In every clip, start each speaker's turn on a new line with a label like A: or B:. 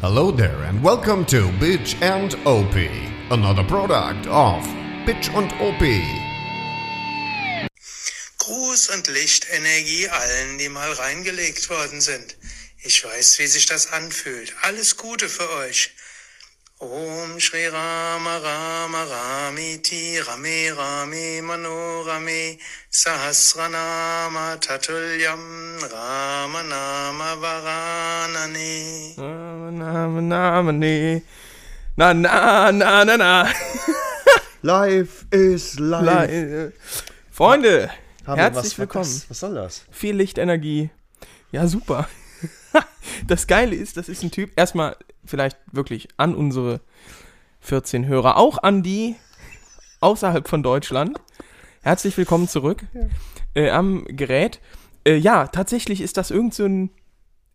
A: Hello there and welcome to Bitch and OP, another product of Bitch und OP.
B: Gruß und Lichtenergie allen, die mal reingelegt worden sind. Ich weiß, wie sich das anfühlt. Alles Gute für euch. Om Shri Rama Rama Ramiti Rame Rame Manorame Sahasranama Tatulyam Ramanama Varanane
C: Na, na, na, nee. Na, na, na, na, na.
D: Live is live.
C: La, äh, Freunde,
D: Haben wir
C: herzlich
D: was
C: willkommen.
D: verpasst? Was soll das?
C: Viel Lichtenergie. Ja, super. Das Geile ist, das ist ein Typ, erstmal vielleicht wirklich an unsere 14 Hörer, auch an die außerhalb von Deutschland. Herzlich willkommen zurück äh, am Gerät. Äh, ja, tatsächlich ist das irgend so ein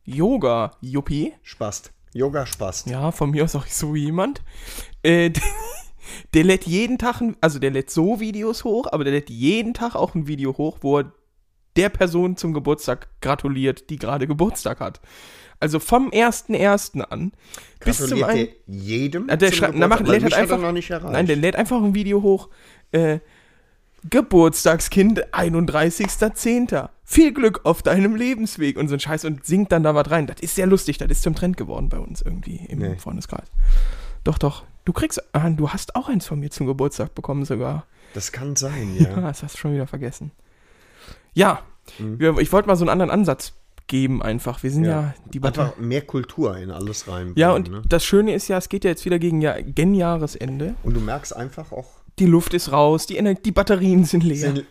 C: Yoga-Yuppie.
D: Spast. Yoga spast.
C: Ja, von mir aus auch so jemand. Äh, der, der lädt jeden Tag, ein, also der lädt so Videos hoch, aber der lädt jeden Tag auch ein Video hoch, wo er der Person zum Geburtstag gratuliert, die gerade Geburtstag hat. Also vom 1.1. an bis zum
D: Gratuliert
C: ein,
D: dir jedem.
C: Ah, der
D: zum
C: schreibt, na,
D: Geburtstag,
C: macht,
D: weil
C: lädt
D: mich
C: halt einfach,
D: er noch nicht erreicht.
C: Nein, der lädt einfach ein Video hoch. Äh, Geburtstagskind 31.10. Viel Glück auf deinem Lebensweg und so ein Scheiß und singt dann da was rein. Das ist sehr lustig, das ist zum Trend geworden bei uns irgendwie im
D: Nee.
C: Freundeskreis. Doch, doch. Du kriegst, ah, du hast auch eins von mir zum Geburtstag bekommen sogar.
D: das kann sein,
C: Ah,
D: ja. Mhm.
C: das hast du schon wieder vergessen. Ja, wir, ich wollte mal so einen anderen Ansatz geben einfach. Wir sind ja, die Partei.
D: Einfach mehr Kultur in alles rein.
C: Ja, und
D: ne?
C: das Schöne ist ja, es geht ja jetzt wieder gegen ja, gen Jahresende.
D: und du merkst einfach auch
C: Die Luft ist raus, die, Ener die Batterien sind leer.
D: sind-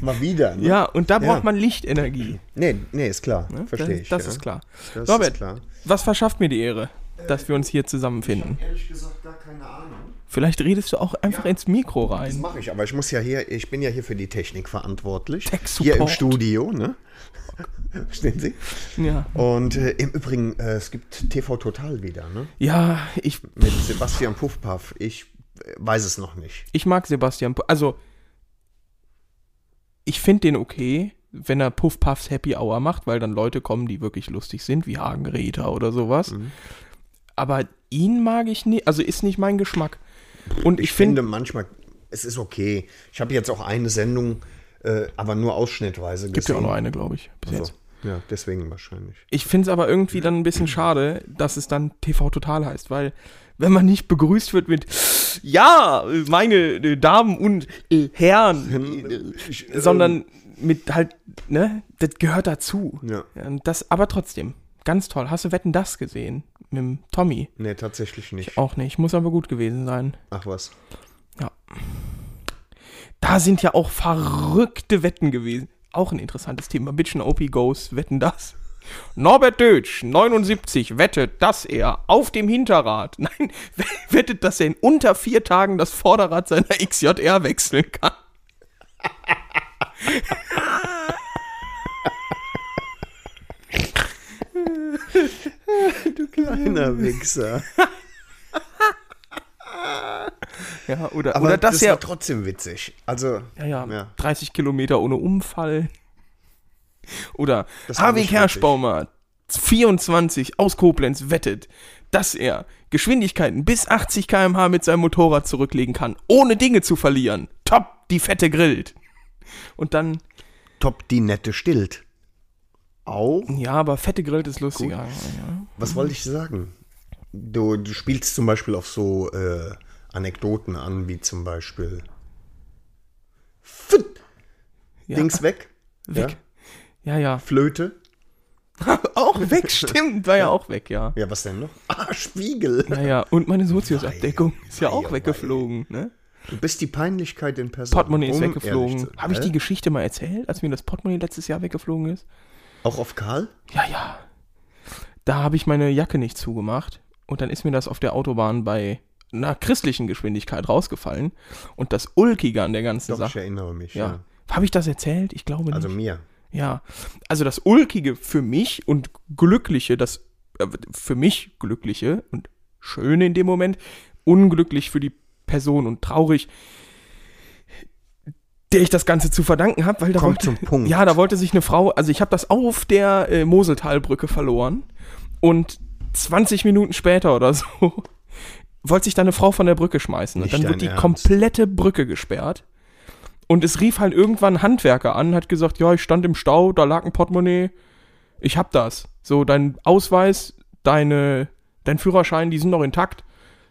D: mal wieder. Ne?
C: ja, und da braucht
D: Ja.
C: man Lichtenergie.
D: Nee, nee, ist klar.
C: Ne?
D: Verstehe
C: das,
D: ich.
C: Das
D: ja.
C: ist klar.
D: Das
C: Norbert,
D: ist klar.
C: was verschafft mir die Ehre, dass wir uns hier zusammenfinden?
D: Ehrlich gesagt, gar keine Ahnung.
C: Vielleicht redest du auch einfach ins Mikro
D: Das
C: rein.
D: mache ich, aber ich muss ja hier, ich bin ja hier für die Technik verantwortlich.
C: Tech-Support.
D: Hier im Studio, ne? Verstehen Sie?
C: Ja.
D: Und äh, im Übrigen, äh, es gibt TV Total wieder, ne?
C: ja, ich,
D: Mit Sebastian Puffpaff. Ich äh, weiß es noch nicht.
C: ich mag Sebastian. Pu- Also, ich finde den okay, wenn er Puff Puffs Happy Hour macht, weil dann Leute kommen, die wirklich lustig sind, wie Hagen Räther oder sowas.
D: Mhm.
C: Aber ihn mag ich nicht, also ist nicht mein Geschmack. Und ich,
D: Ich
C: finde,
D: finde manchmal, es ist okay. Ich habe jetzt auch eine Sendung, äh, aber nur ausschnittweise
C: gibt
D: gesehen.
C: ja auch noch eine, glaube ich, bis jetzt.
D: so. Ja, deswegen wahrscheinlich.
C: Ich finde es aber irgendwie dann ein bisschen schade, dass es dann TV Total heißt, weil wenn man nicht begrüßt wird mit Ja, meine äh, Damen und äh, Herren, äh, sondern mit halt, ne, das gehört dazu.
D: Ja.
C: Und Das, aber trotzdem, ganz toll. Hast du Wetten das gesehen? Mit dem Tommy?
D: Nee, tatsächlich nicht.
C: Auch nicht, muss aber gut gewesen sein.
D: Ach was.
C: Da sind ja auch verrückte Wetten gewesen. Auch ein interessantes Thema. Bitchen OP Goes, wetten das. Norbert Dötsch, 79, wettet, dass er auf dem Hinterrad, nein, wettet, dass er in unter vier Tagen das Vorderrad seiner XJR wechseln kann.
D: Kleiner Wichser.
C: Ja, oder,
D: Aber
C: oder dass
D: das
C: er
D: war trotzdem witzig. Also,
C: ja, ja,
D: ja.
C: 30 Kilometer ohne Unfall. Oder
D: Das war
C: Harvey
D: nicht wirklich.
C: Kerschbaumer, 24, aus Koblenz, wettet, dass er Geschwindigkeiten bis 80 km/h mit seinem Motorrad zurücklegen kann, ohne Dinge zu verlieren. Top, die Fette grillt. Und dann,
D: Top die Nette stillt. Auch?
C: ja, aber Fette grillt ist lustiger.
D: Was wollte ich sagen? Du, du spielst zum Beispiel auf so äh, Anekdoten an, wie zum Beispiel. Fit!
C: Ja,
D: Dings weg.
C: Weg.
D: Ja?
C: ja, ja.
D: Flöte.
C: auch weg, stimmt, war ja auch weg, ja.
D: Ja, was denn noch? Ah, Spiegel.
C: Ja, ja, und meine Sozius-Abdeckung ist ja auch weggeflogen, ne?
D: Du bist die Peinlichkeit in Person.
C: Portemonnaie ist
D: um ehrlich
C: weggeflogen.
D: zu-
C: Habe ich
D: Hä?
C: die Geschichte mal erzählt, als mir das Portemonnaie letztes Jahr weggeflogen ist?
D: Auch auf Karl?
C: Ja, ja. Da habe ich meine Jacke nicht zugemacht und dann ist mir das auf der Autobahn bei einer christlichen Geschwindigkeit rausgefallen und das Ulkige an der ganzen
D: Doch, ich
C: Sache.
D: erinnere mich.
C: Ja.
D: Ja.
C: Habe ich das erzählt? Ich glaube nicht.
D: Also mir.
C: ja. Also das Ulkige für mich und Glückliche, das äh, für mich Glückliche und Schöne in dem Moment, unglücklich für die Person und traurig, der ich das Ganze zu verdanken habe, weil da
D: Kommt
C: wollte,
D: zum Punkt.
C: ja, da wollte sich eine Frau, also ich habe das auf der äh, Moseltalbrücke verloren und 20 Minuten später oder so, wollte sich da eine Frau von der Brücke schmeißen. Und
D: Nicht
C: dann
D: dein
C: wird die
D: Ernst.
C: komplette Brücke gesperrt. Und es rief halt irgendwann ein Handwerker an, hat gesagt, ja, ich stand im Stau, da lag ein Portemonnaie, ich hab das. So, dein Ausweis, deine, dein Führerschein, die sind noch intakt.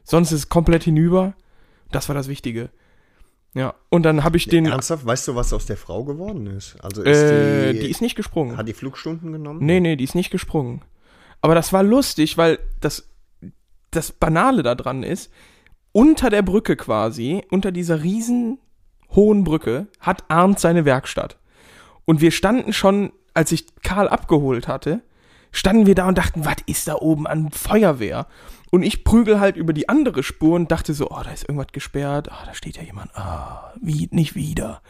C: Sonst ist es komplett hinüber. Das war das Wichtige. Ja, und dann habe ich den...
D: Ernsthaft, weißt du, was aus der Frau geworden ist? Also ist
C: äh,
D: die,
C: die ist nicht gesprungen.
D: hat die Flugstunden genommen?
C: Nee, nee, die ist nicht gesprungen. Aber das war lustig, weil das, das Banale daran ist, unter der Brücke quasi, unter dieser riesen hohen Brücke, hat Arndt seine Werkstatt. Und wir standen schon, als ich Karl abgeholt hatte, standen wir da und dachten, was ist da oben an Feuerwehr? Und ich prügel halt über die andere Spur und dachte so, oh, da ist irgendwas gesperrt, ah, da steht ja jemand, ah, wie, nicht wieder.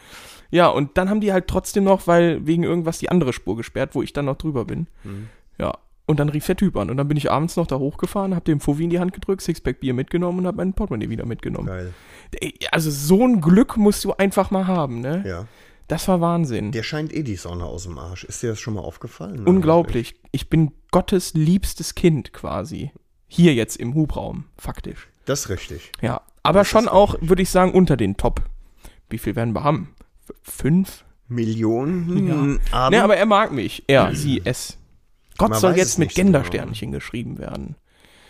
C: Ja, und dann haben die halt trotzdem noch, weil wegen irgendwas die andere Spur gesperrt, wo ich dann noch drüber bin.
D: Mhm.
C: Ja, und dann rief der Typ an und dann bin ich abends noch da hochgefahren, hab dem Fovi in die Hand gedrückt, Sixpack Bier mitgenommen und hab meinen Portemonnaie wieder mitgenommen.
D: Geil.
C: Ey, Also so ein Glück musst du einfach mal haben, ne?
D: Ja.
C: Das war Wahnsinn.
D: Der scheint eh die Sonne aus dem Arsch. Ist dir das schon mal aufgefallen?
C: Unglaublich. Ich bin Gottes liebstes Kind quasi. Hier jetzt im Hubraum, faktisch.
D: Das ist richtig.
C: Ja, aber schon auch, würde ich sagen, unter den Top. Wie viel werden wir haben? F- Fünf?
D: Millionen Abend.
C: Ne, aber er mag mich. Er, sie, es. Gott
D: Man
C: soll
D: weiß
C: jetzt
D: es
C: mit
D: nicht so genau.
C: Gendersternchen geschrieben werden.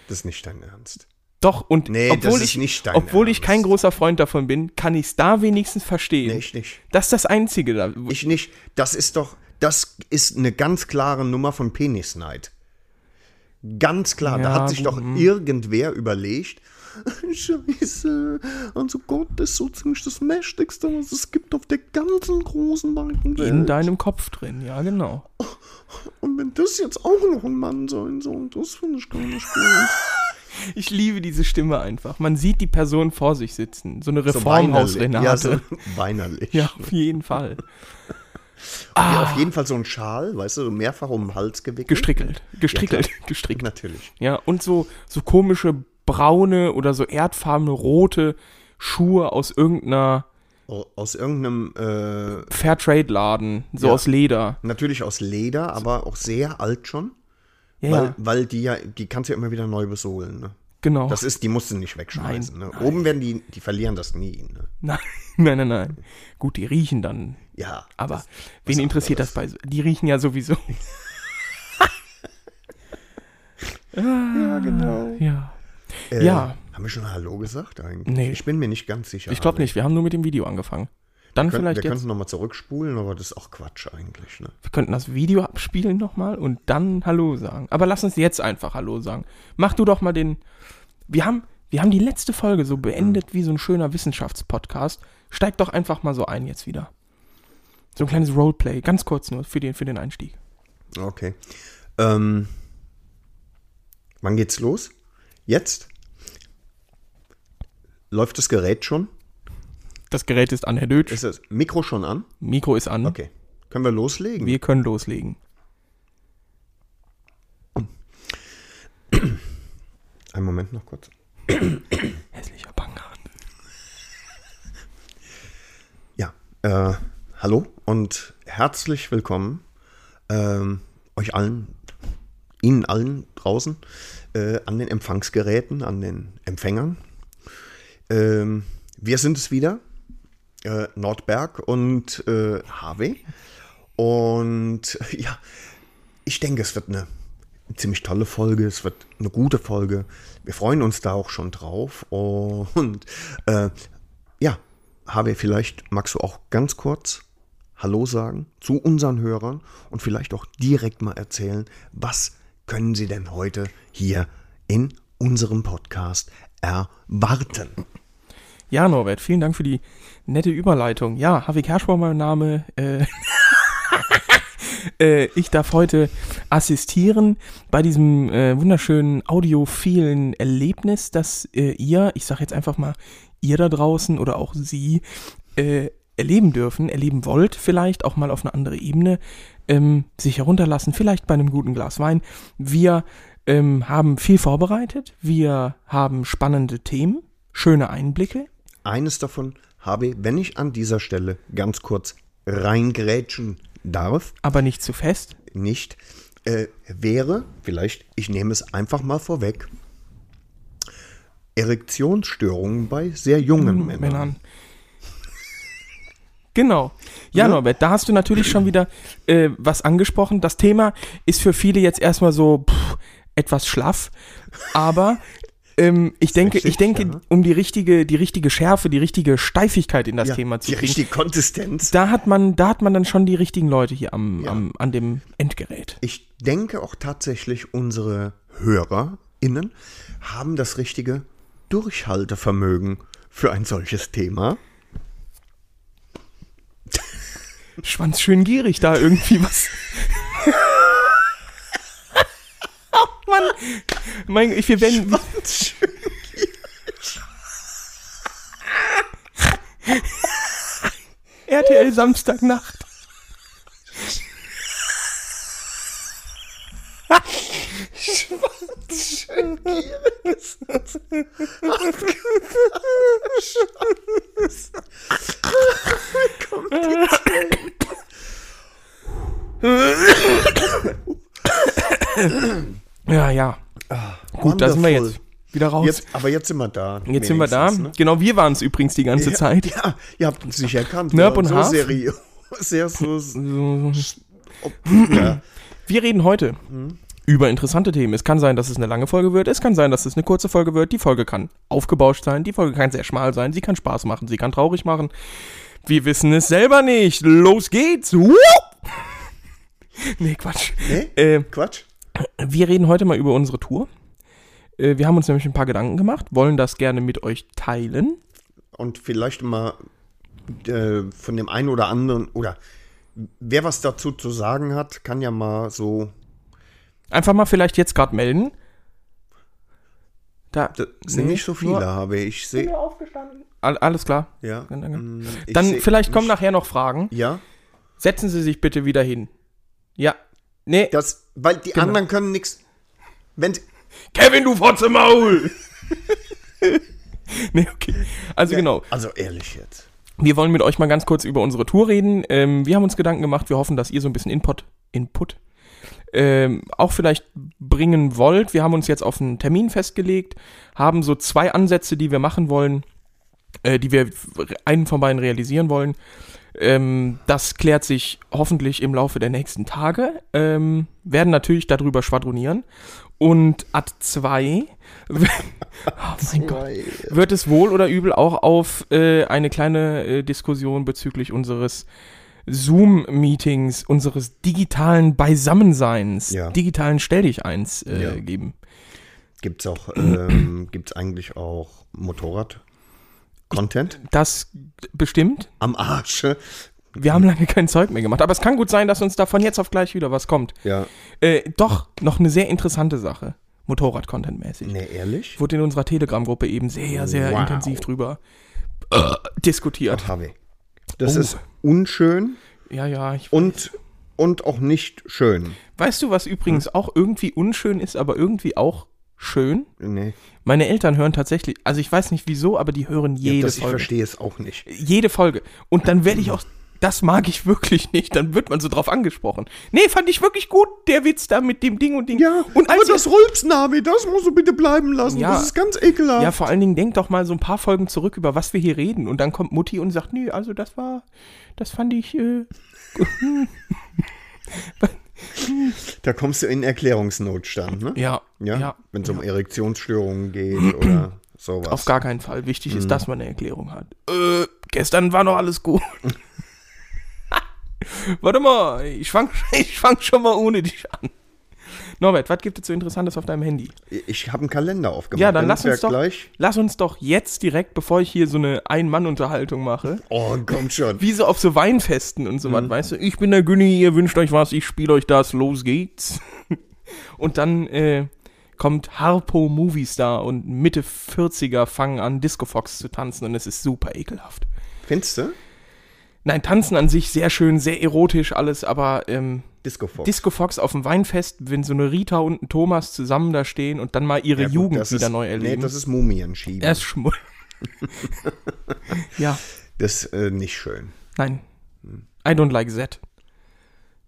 D: das ist nicht dein Ernst.
C: Doch, und
D: Nee, das
C: obwohl,
D: ist
C: ich,
D: nicht dein
C: obwohl ich
D: Ernst.
C: kein großer Freund davon bin, kann ich es da wenigstens verstehen.
D: Nee, ich nicht.
C: Das ist das Einzige da.
D: Ich nicht. Das ist doch, das ist eine ganz klare Nummer von Penisneid. Ganz klar.
C: Ja,
D: da hat sich
C: gut, mhm.
D: doch irgendwer überlegt, Scheiße, also Gott ist so ziemlich das Mächtigste, was es gibt auf der ganzen großen weiten Welt.
C: in deinem Kopf drin, ja, genau.
D: Und wenn das jetzt auch noch ein Mann sein soll, das finde ich gar nicht gut.
C: Ich liebe diese Stimme einfach. Man sieht die Person vor sich sitzen. So eine
D: Also weinerlich. Ja, so
C: Reformhaus-Renate.
D: weinerlich.
C: Ja, Ah. auf jeden Fall.
D: Ja, auf jeden Fall so ein Schal, weißt du, so mehrfach um den Hals gewickelt.
C: Gestrickelt. Gestrickelt.
D: klar.
C: Gestrickt.
D: Natürlich.
C: Ja, und so, so komische braune oder so erdfarbene rote Schuhe aus irgendeiner
D: Au- Aus irgendeinem, äh,
C: Fairtrade-Laden. So
D: Ja.
C: aus Leder.
D: natürlich aus Leder, aber auch sehr alt schon.
C: Ja,
D: Weil,
C: ja,
D: weil die ja, die kannst du ja immer wieder neu besohlen. Ne?
C: genau.
D: Das ist, die musst du nicht wegschmeißen.
C: Nein,
D: ne? Oben werden die, die verlieren das nie. Ne?
C: nein, nein, nein, nein. Gut, die riechen dann.
D: Ja.
C: Aber wen interessiert das bei so? Die riechen ja sowieso.
D: ja, genau.
C: Ja.
D: Äh,
C: Ja.
D: Haben wir schon Hallo gesagt eigentlich?
C: Nee.
D: Ich bin mir nicht ganz sicher.
C: Ich glaube
D: Alex.
C: nicht. Wir haben nur mit dem Video angefangen. Dann
D: Könnt,
C: vielleicht
D: wir
C: jetzt.
D: könnten nochmal zurückspulen, aber das ist auch Quatsch eigentlich. Ne?
C: Wir könnten das Video abspielen nochmal und dann Hallo sagen. Aber lass uns jetzt einfach Hallo sagen. Mach du doch mal den. Wir haben, wir haben die letzte Folge so beendet
D: Mhm.
C: wie so ein schöner Wissenschaftspodcast. Steig doch einfach mal so ein jetzt wieder. So ein kleines Roleplay, ganz kurz nur für den, für den Einstieg.
D: Okay. Ähm, wann geht's los? Jetzt? Läuft das Gerät schon?
C: Das Gerät ist an, Herr Dötsch.
D: Ist das Mikro schon an?
C: Mikro ist an.
D: Okay. Können wir loslegen?
C: Wir können loslegen.
D: Einen Moment noch kurz.
C: Hässlicher Banghahn.
D: Ja. Äh, hallo und herzlich willkommen ähm, euch allen, Ihnen allen draußen, äh, an den Empfangsgeräten, an den Empfängern. Ähm, wir sind es wieder, äh, Nordberg und äh, HW. Und äh, ja, ich denke, es wird eine ziemlich tolle Folge, es wird eine gute Folge. Wir freuen uns da auch schon drauf. Und äh, ja, HW, vielleicht magst du auch ganz kurz Hallo sagen zu unseren Hörern und vielleicht auch direkt mal erzählen, was können sie denn heute hier in unserem Podcast erwarten?
C: Ja, Norbert, vielen Dank für die nette Überleitung. Ja, Havik Herschbaum, mein Name. Äh, äh, ich darf heute assistieren bei diesem äh, wunderschönen audiophilen Erlebnis, dass äh, ihr, ich sage jetzt einfach mal, ihr da draußen oder auch sie äh, erleben dürfen, erleben wollt, vielleicht auch mal auf eine andere Ebene, ähm, sich herunterlassen, vielleicht bei einem guten Glas Wein. Wir ähm, haben viel vorbereitet, wir haben spannende Themen, schöne Einblicke.
D: Eines davon habe ich, wenn ich an dieser Stelle ganz kurz reingrätschen darf,
C: aber nicht zu fest.
D: nicht. äh, wäre, vielleicht, ich nehme es einfach mal vorweg, Erektionsstörungen bei sehr jungen Männern.
C: Männern. Genau. Ja, Norbert, da hast du natürlich schon wieder äh, was angesprochen. Das Thema ist für viele jetzt erstmal so pff, etwas schlaff, aber ähm, ich denke, ich
D: richtig,
C: denke,
D: ja.
C: um die richtige, die richtige Schärfe, die richtige Steifigkeit in das Thema zu
D: die
C: kriegen,
D: richtige Konsistenz.
C: da hat man, da hat man dann schon die richtigen Leute hier am,
D: Ja.
C: am an dem Endgerät.
D: Ich denke auch tatsächlich, unsere HörerInnen haben das richtige Durchhaltevermögen für ein solches Thema.
C: Schwanz schön gierig da irgendwie was. oh Mann. Mein, ich, wir werden, RTL Samstagnacht. Ja, ja. Gut, da sind wir
D: Ah, Wonderful.
C: jetzt wieder raus. Jetzt,
D: Jetzt, aber jetzt sind wir da.
C: sind wir da.
D: wenigstens, ne?
C: Genau, wir waren es übrigens die ganze Zeit.
D: Ja, ihr habt uns nicht erkannt.
C: Nerb
D: Wir waren
C: und
D: so
C: Hafen.
D: seriös. Sehr so. Ob- ja.
C: Wir reden heute
D: Mhm.
C: über interessante Themen. Es kann sein, dass es eine lange Folge wird. Es kann sein, dass es eine kurze Folge wird. Die Folge kann aufgebauscht sein. Die Folge kann sehr schmal sein. Sie kann Spaß machen. Sie kann traurig machen. Wir wissen es selber nicht. Los geht's. Wupp! nee, Quatsch.
D: Nee?
C: Äh,
D: Quatsch.
C: wir reden heute mal über unsere Tour. Äh, wir haben uns nämlich ein paar Gedanken gemacht, wollen das gerne mit euch teilen.
D: Und vielleicht mal äh, von dem einen oder anderen oder wer was dazu zu sagen hat, kann ja mal so
C: Einfach mal vielleicht jetzt gerade melden. Da,
D: Das sind
C: Nee,
D: nicht so viele,
C: nur-
D: habe ich. sehe.
C: All, alles klar.
D: Ja.
C: danke.
D: mm, ich
C: Genau. Dann
D: seh
C: vielleicht kommen
D: nicht-
C: nachher noch Fragen.
D: Ja,
C: Setzen Sie sich bitte wieder hin. Ja. Nee.
D: das, weil die
C: Genau.
D: anderen können nichts. Wenn
C: Kevin, du Fotzemaul! nee, okay. Also genau.
D: Also ehrlich jetzt.
C: Wir wollen mit euch mal ganz kurz über unsere Tour reden. Ähm, wir haben uns Gedanken gemacht. Wir hoffen, dass ihr so ein bisschen Input, Input ähm, auch vielleicht bringen wollt. Wir haben uns jetzt auf einen Termin festgelegt, haben so zwei Ansätze, die wir machen wollen, äh, die wir f- einen von beiden realisieren wollen. Ähm, das klärt sich hoffentlich im Laufe der nächsten Tage. Ähm, werden natürlich darüber schwadronieren. Und Ad 2 oh mein Gott, wird es wohl oder übel auch auf äh, eine kleine äh, Diskussion bezüglich unseres Zoom-Meetings, unseres digitalen Beisammenseins,
D: Ja.
C: digitalen Stell dich eins äh,
D: Ja.
C: geben.
D: Gibt's auch, ähm, gibt's eigentlich auch Motorrad-Content?
C: Das bestimmt.
D: Am Arsch.
C: Wir haben lange kein Zeug mehr gemacht, aber es kann gut sein, dass uns davon jetzt auf gleich wieder was kommt.
D: Ja.
C: Äh, doch, noch eine sehr interessante Sache. Motorrad-Content-mäßig.
D: Nee, ehrlich?
C: Wurde in unserer Telegram-Gruppe eben sehr, sehr
D: Wow.
C: intensiv drüber äh, diskutiert.
D: Harvey. Das
C: Oh.
D: ist unschön
C: Ja, ja. Ich,
D: und, und auch nicht schön.
C: weißt du, was übrigens
D: Hm.
C: auch irgendwie unschön ist, aber irgendwie auch schön?
D: Nee.
C: Meine Eltern hören tatsächlich, also ich weiß nicht wieso, aber die hören jede
D: das, ich
C: Folge.
D: verstehe es auch nicht.
C: jede Folge. Und dann werde ich auch, das mag ich wirklich nicht, dann wird man so drauf angesprochen. Nee, fand ich wirklich gut, der Witz da mit dem Ding und Ding. und als ihr-
D: Rülpsen, Harvey, das musst du bitte bleiben lassen.
C: Ja.
D: ganz ekelhaft.
C: ja, vor allen Dingen denkt doch mal so ein paar Folgen zurück, über was wir hier reden. Und dann kommt Mutti und sagt, nee, also das war, das fand ich, äh,
D: Da kommst du in Erklärungsnotstand, ne?
C: ja,
D: Ja, wenn es um Erektionsstörungen geht oder sowas.
C: auf gar keinen Fall. Wichtig ist, dass man eine Erklärung hat. Äh, gestern war noch alles gut. Warte mal, ich fang, ich fang schon mal ohne dich an. Norbert, was gibt es so Interessantes auf deinem Handy?
D: Ich habe einen Kalender aufgemacht.
C: Ja, dann lass
D: sind wir
C: uns doch,
D: gleich.
C: lass uns doch jetzt direkt, bevor ich hier so eine Ein-Mann-Unterhaltung mache,
D: Oh, komm schon.
C: wie so auf so Weinfesten und so
D: Mhm.
C: was, weißt du, ich bin der Günni, ihr wünscht euch was, ich spiele euch das, los geht's. Und dann äh, kommt Harpo Movie Star und Mitte 40er fangen an, Disco Fox zu tanzen und es ist super ekelhaft.
D: Findest du?
C: Nein, tanzen an sich sehr schön, sehr erotisch alles, aber ähm,
D: Disco Fox.
C: Disco Fox auf dem Weinfest, wenn so eine Rita und ein Thomas zusammen da stehen und dann mal ihre
D: Ja, gut,
C: Jugend
D: das
C: wieder
D: ist,
C: neu erleben.
D: Nee, das ist Mumienschieben.
C: Er ist Schmull. ja,
D: das ist äh, nicht schön. Hm.
C: nein. I don't like that.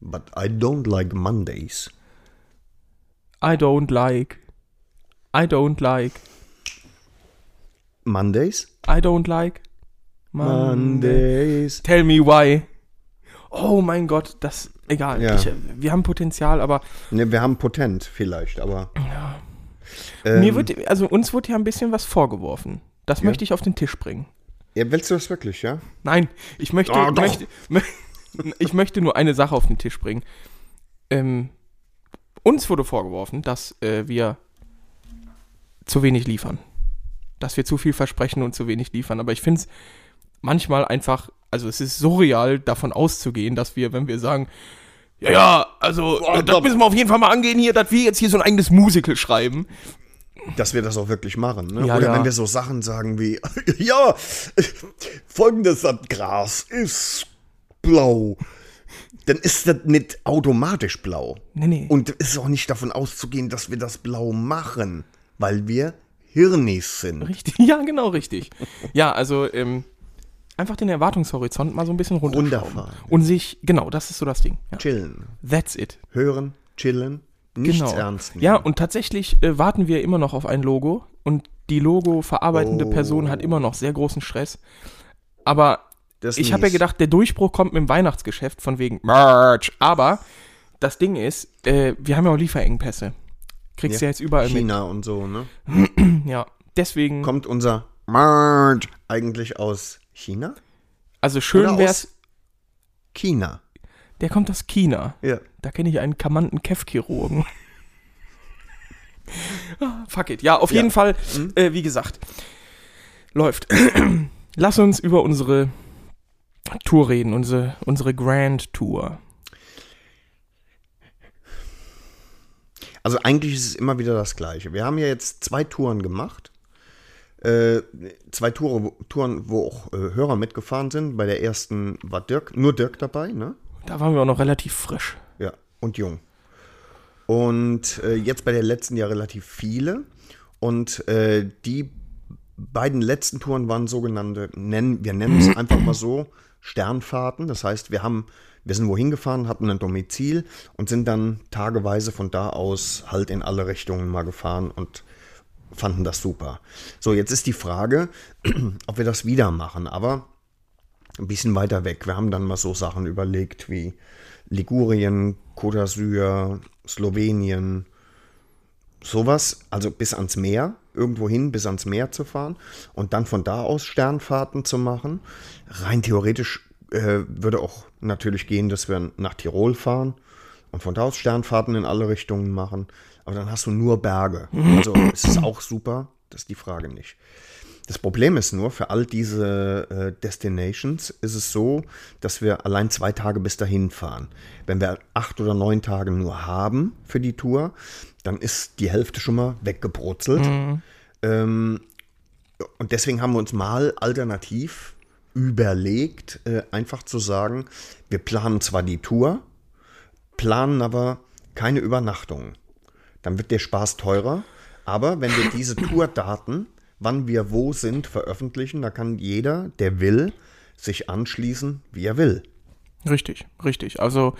D: But I don't like Mondays.
C: I don't like. I don't like.
D: Mondays?
C: I don't like.
D: Mondays.
C: Tell me why. Oh mein Gott, das. Egal.
D: Ja.
C: Ich, äh, wir haben Potenzial, aber
D: Ne, wir haben potent vielleicht, aber. ähm,
C: mir wird, also uns wird ja ein bisschen was vorgeworfen. Das möchte ich auf den Tisch bringen.
D: Ja, willst du das wirklich, ja?
C: Nein, ich möchte,
D: Ah, doch.
C: möchte, mö- ich möchte nur eine Sache auf den Tisch bringen. Ähm, uns wurde vorgeworfen, dass äh, wir zu wenig liefern. Dass wir zu viel versprechen und zu wenig liefern. Aber ich finde es manchmal einfach, also es ist surreal, davon auszugehen, dass wir, wenn wir sagen, ja, ja, also äh, das müssen wir auf jeden Fall mal angehen hier, dass wir jetzt hier so ein eigenes Musical schreiben.
D: Dass wir das auch wirklich machen. Ne?
C: Ja,
D: Oder
C: ja.
D: wenn wir so Sachen sagen wie, ja, folgendes das Gras ist blau, dann ist das nicht automatisch blau.
C: Nee, nee.
D: Und es ist auch nicht davon auszugehen, dass wir das blau machen, weil wir Hirnis sind.
C: Richtig, ja, genau richtig. Ja, also ähm, einfach den Erwartungshorizont mal so ein bisschen runterfahren.
D: Runterfahren.
C: Und sich, genau, das ist so das Ding. Ja.
D: Chillen.
C: That's it.
D: Hören, chillen, nichts
C: Genau.
D: ernst nehmen.
C: ja, und tatsächlich äh, warten wir immer noch auf ein Logo und die Logo
D: Oh.
C: verarbeitende Person hat immer noch sehr großen Stress. Aber
D: Das ist
C: ich habe ja
D: mies.
C: gedacht, der Durchbruch kommt mit dem Weihnachtsgeschäft von wegen Merch. Aber das Ding ist, äh, wir haben ja auch Lieferengpässe. Kriegst ja, jetzt überall
D: China und so, ne?
C: mit. Ja, deswegen.
D: Kommt unser Merch eigentlich aus China?
C: also schön
D: Oder
C: wär's.
D: aus China.
C: Der kommt aus China.
D: Ja.
C: Da kenne ich einen kamanten Kefchirurgen. Ah, Fuck it. Ja, auf jeden Fall, äh, wie gesagt, läuft. Lass uns über unsere Tour reden, unsere, unsere Grand Tour.
D: Also eigentlich ist es immer wieder das Gleiche. Wir haben ja jetzt zwei Touren gemacht. Äh, zwei Toure, Touren, wo auch äh, Hörer mitgefahren sind. Bei der ersten war Dirk, nur Dirk dabei, ne?
C: Da waren wir auch noch relativ frisch.
D: Ja, und jung. Und äh, jetzt bei der letzten ja relativ viele. Und äh, die beiden letzten Touren waren sogenannte, nennen, wir nennen es einfach mal so, Sternfahrten. Das heißt, wir haben, wir sind wohin gefahren, hatten ein Domizil und sind dann tageweise von da aus halt in alle Richtungen mal gefahren und fanden das super. So, jetzt ist die Frage, ob wir das wieder machen, aber ein bisschen weiter weg. Wir haben dann mal so Sachen überlegt wie Ligurien, Côte d'Azur, Slowenien, sowas, also bis ans Meer, irgendwo hin, bis ans Meer zu fahren und dann von da aus Sternfahrten zu machen. Rein theoretisch äh, würde auch natürlich gehen, dass wir nach Tirol fahren und von da aus Sternfahrten in alle Richtungen machen. Aber dann hast du nur Berge. Also es ist auch super, das ist die Frage nicht. Das Problem ist nur, für all diese äh, Destinations ist es so, dass wir allein zwei Tage bis dahin fahren. Wenn wir acht oder neun Tage nur haben für die Tour, dann ist die Hälfte schon mal weggebrutzelt. Ähm, und deswegen haben wir uns mal alternativ überlegt, äh, einfach zu sagen, wir planen zwar die Tour, planen aber keine Übernachtungen dann wird der Spaß teurer. Aber wenn wir diese Tourdaten, wann wir wo sind, veröffentlichen, da kann jeder, der will, sich anschließen, wie er will.
C: Richtig, richtig. Also,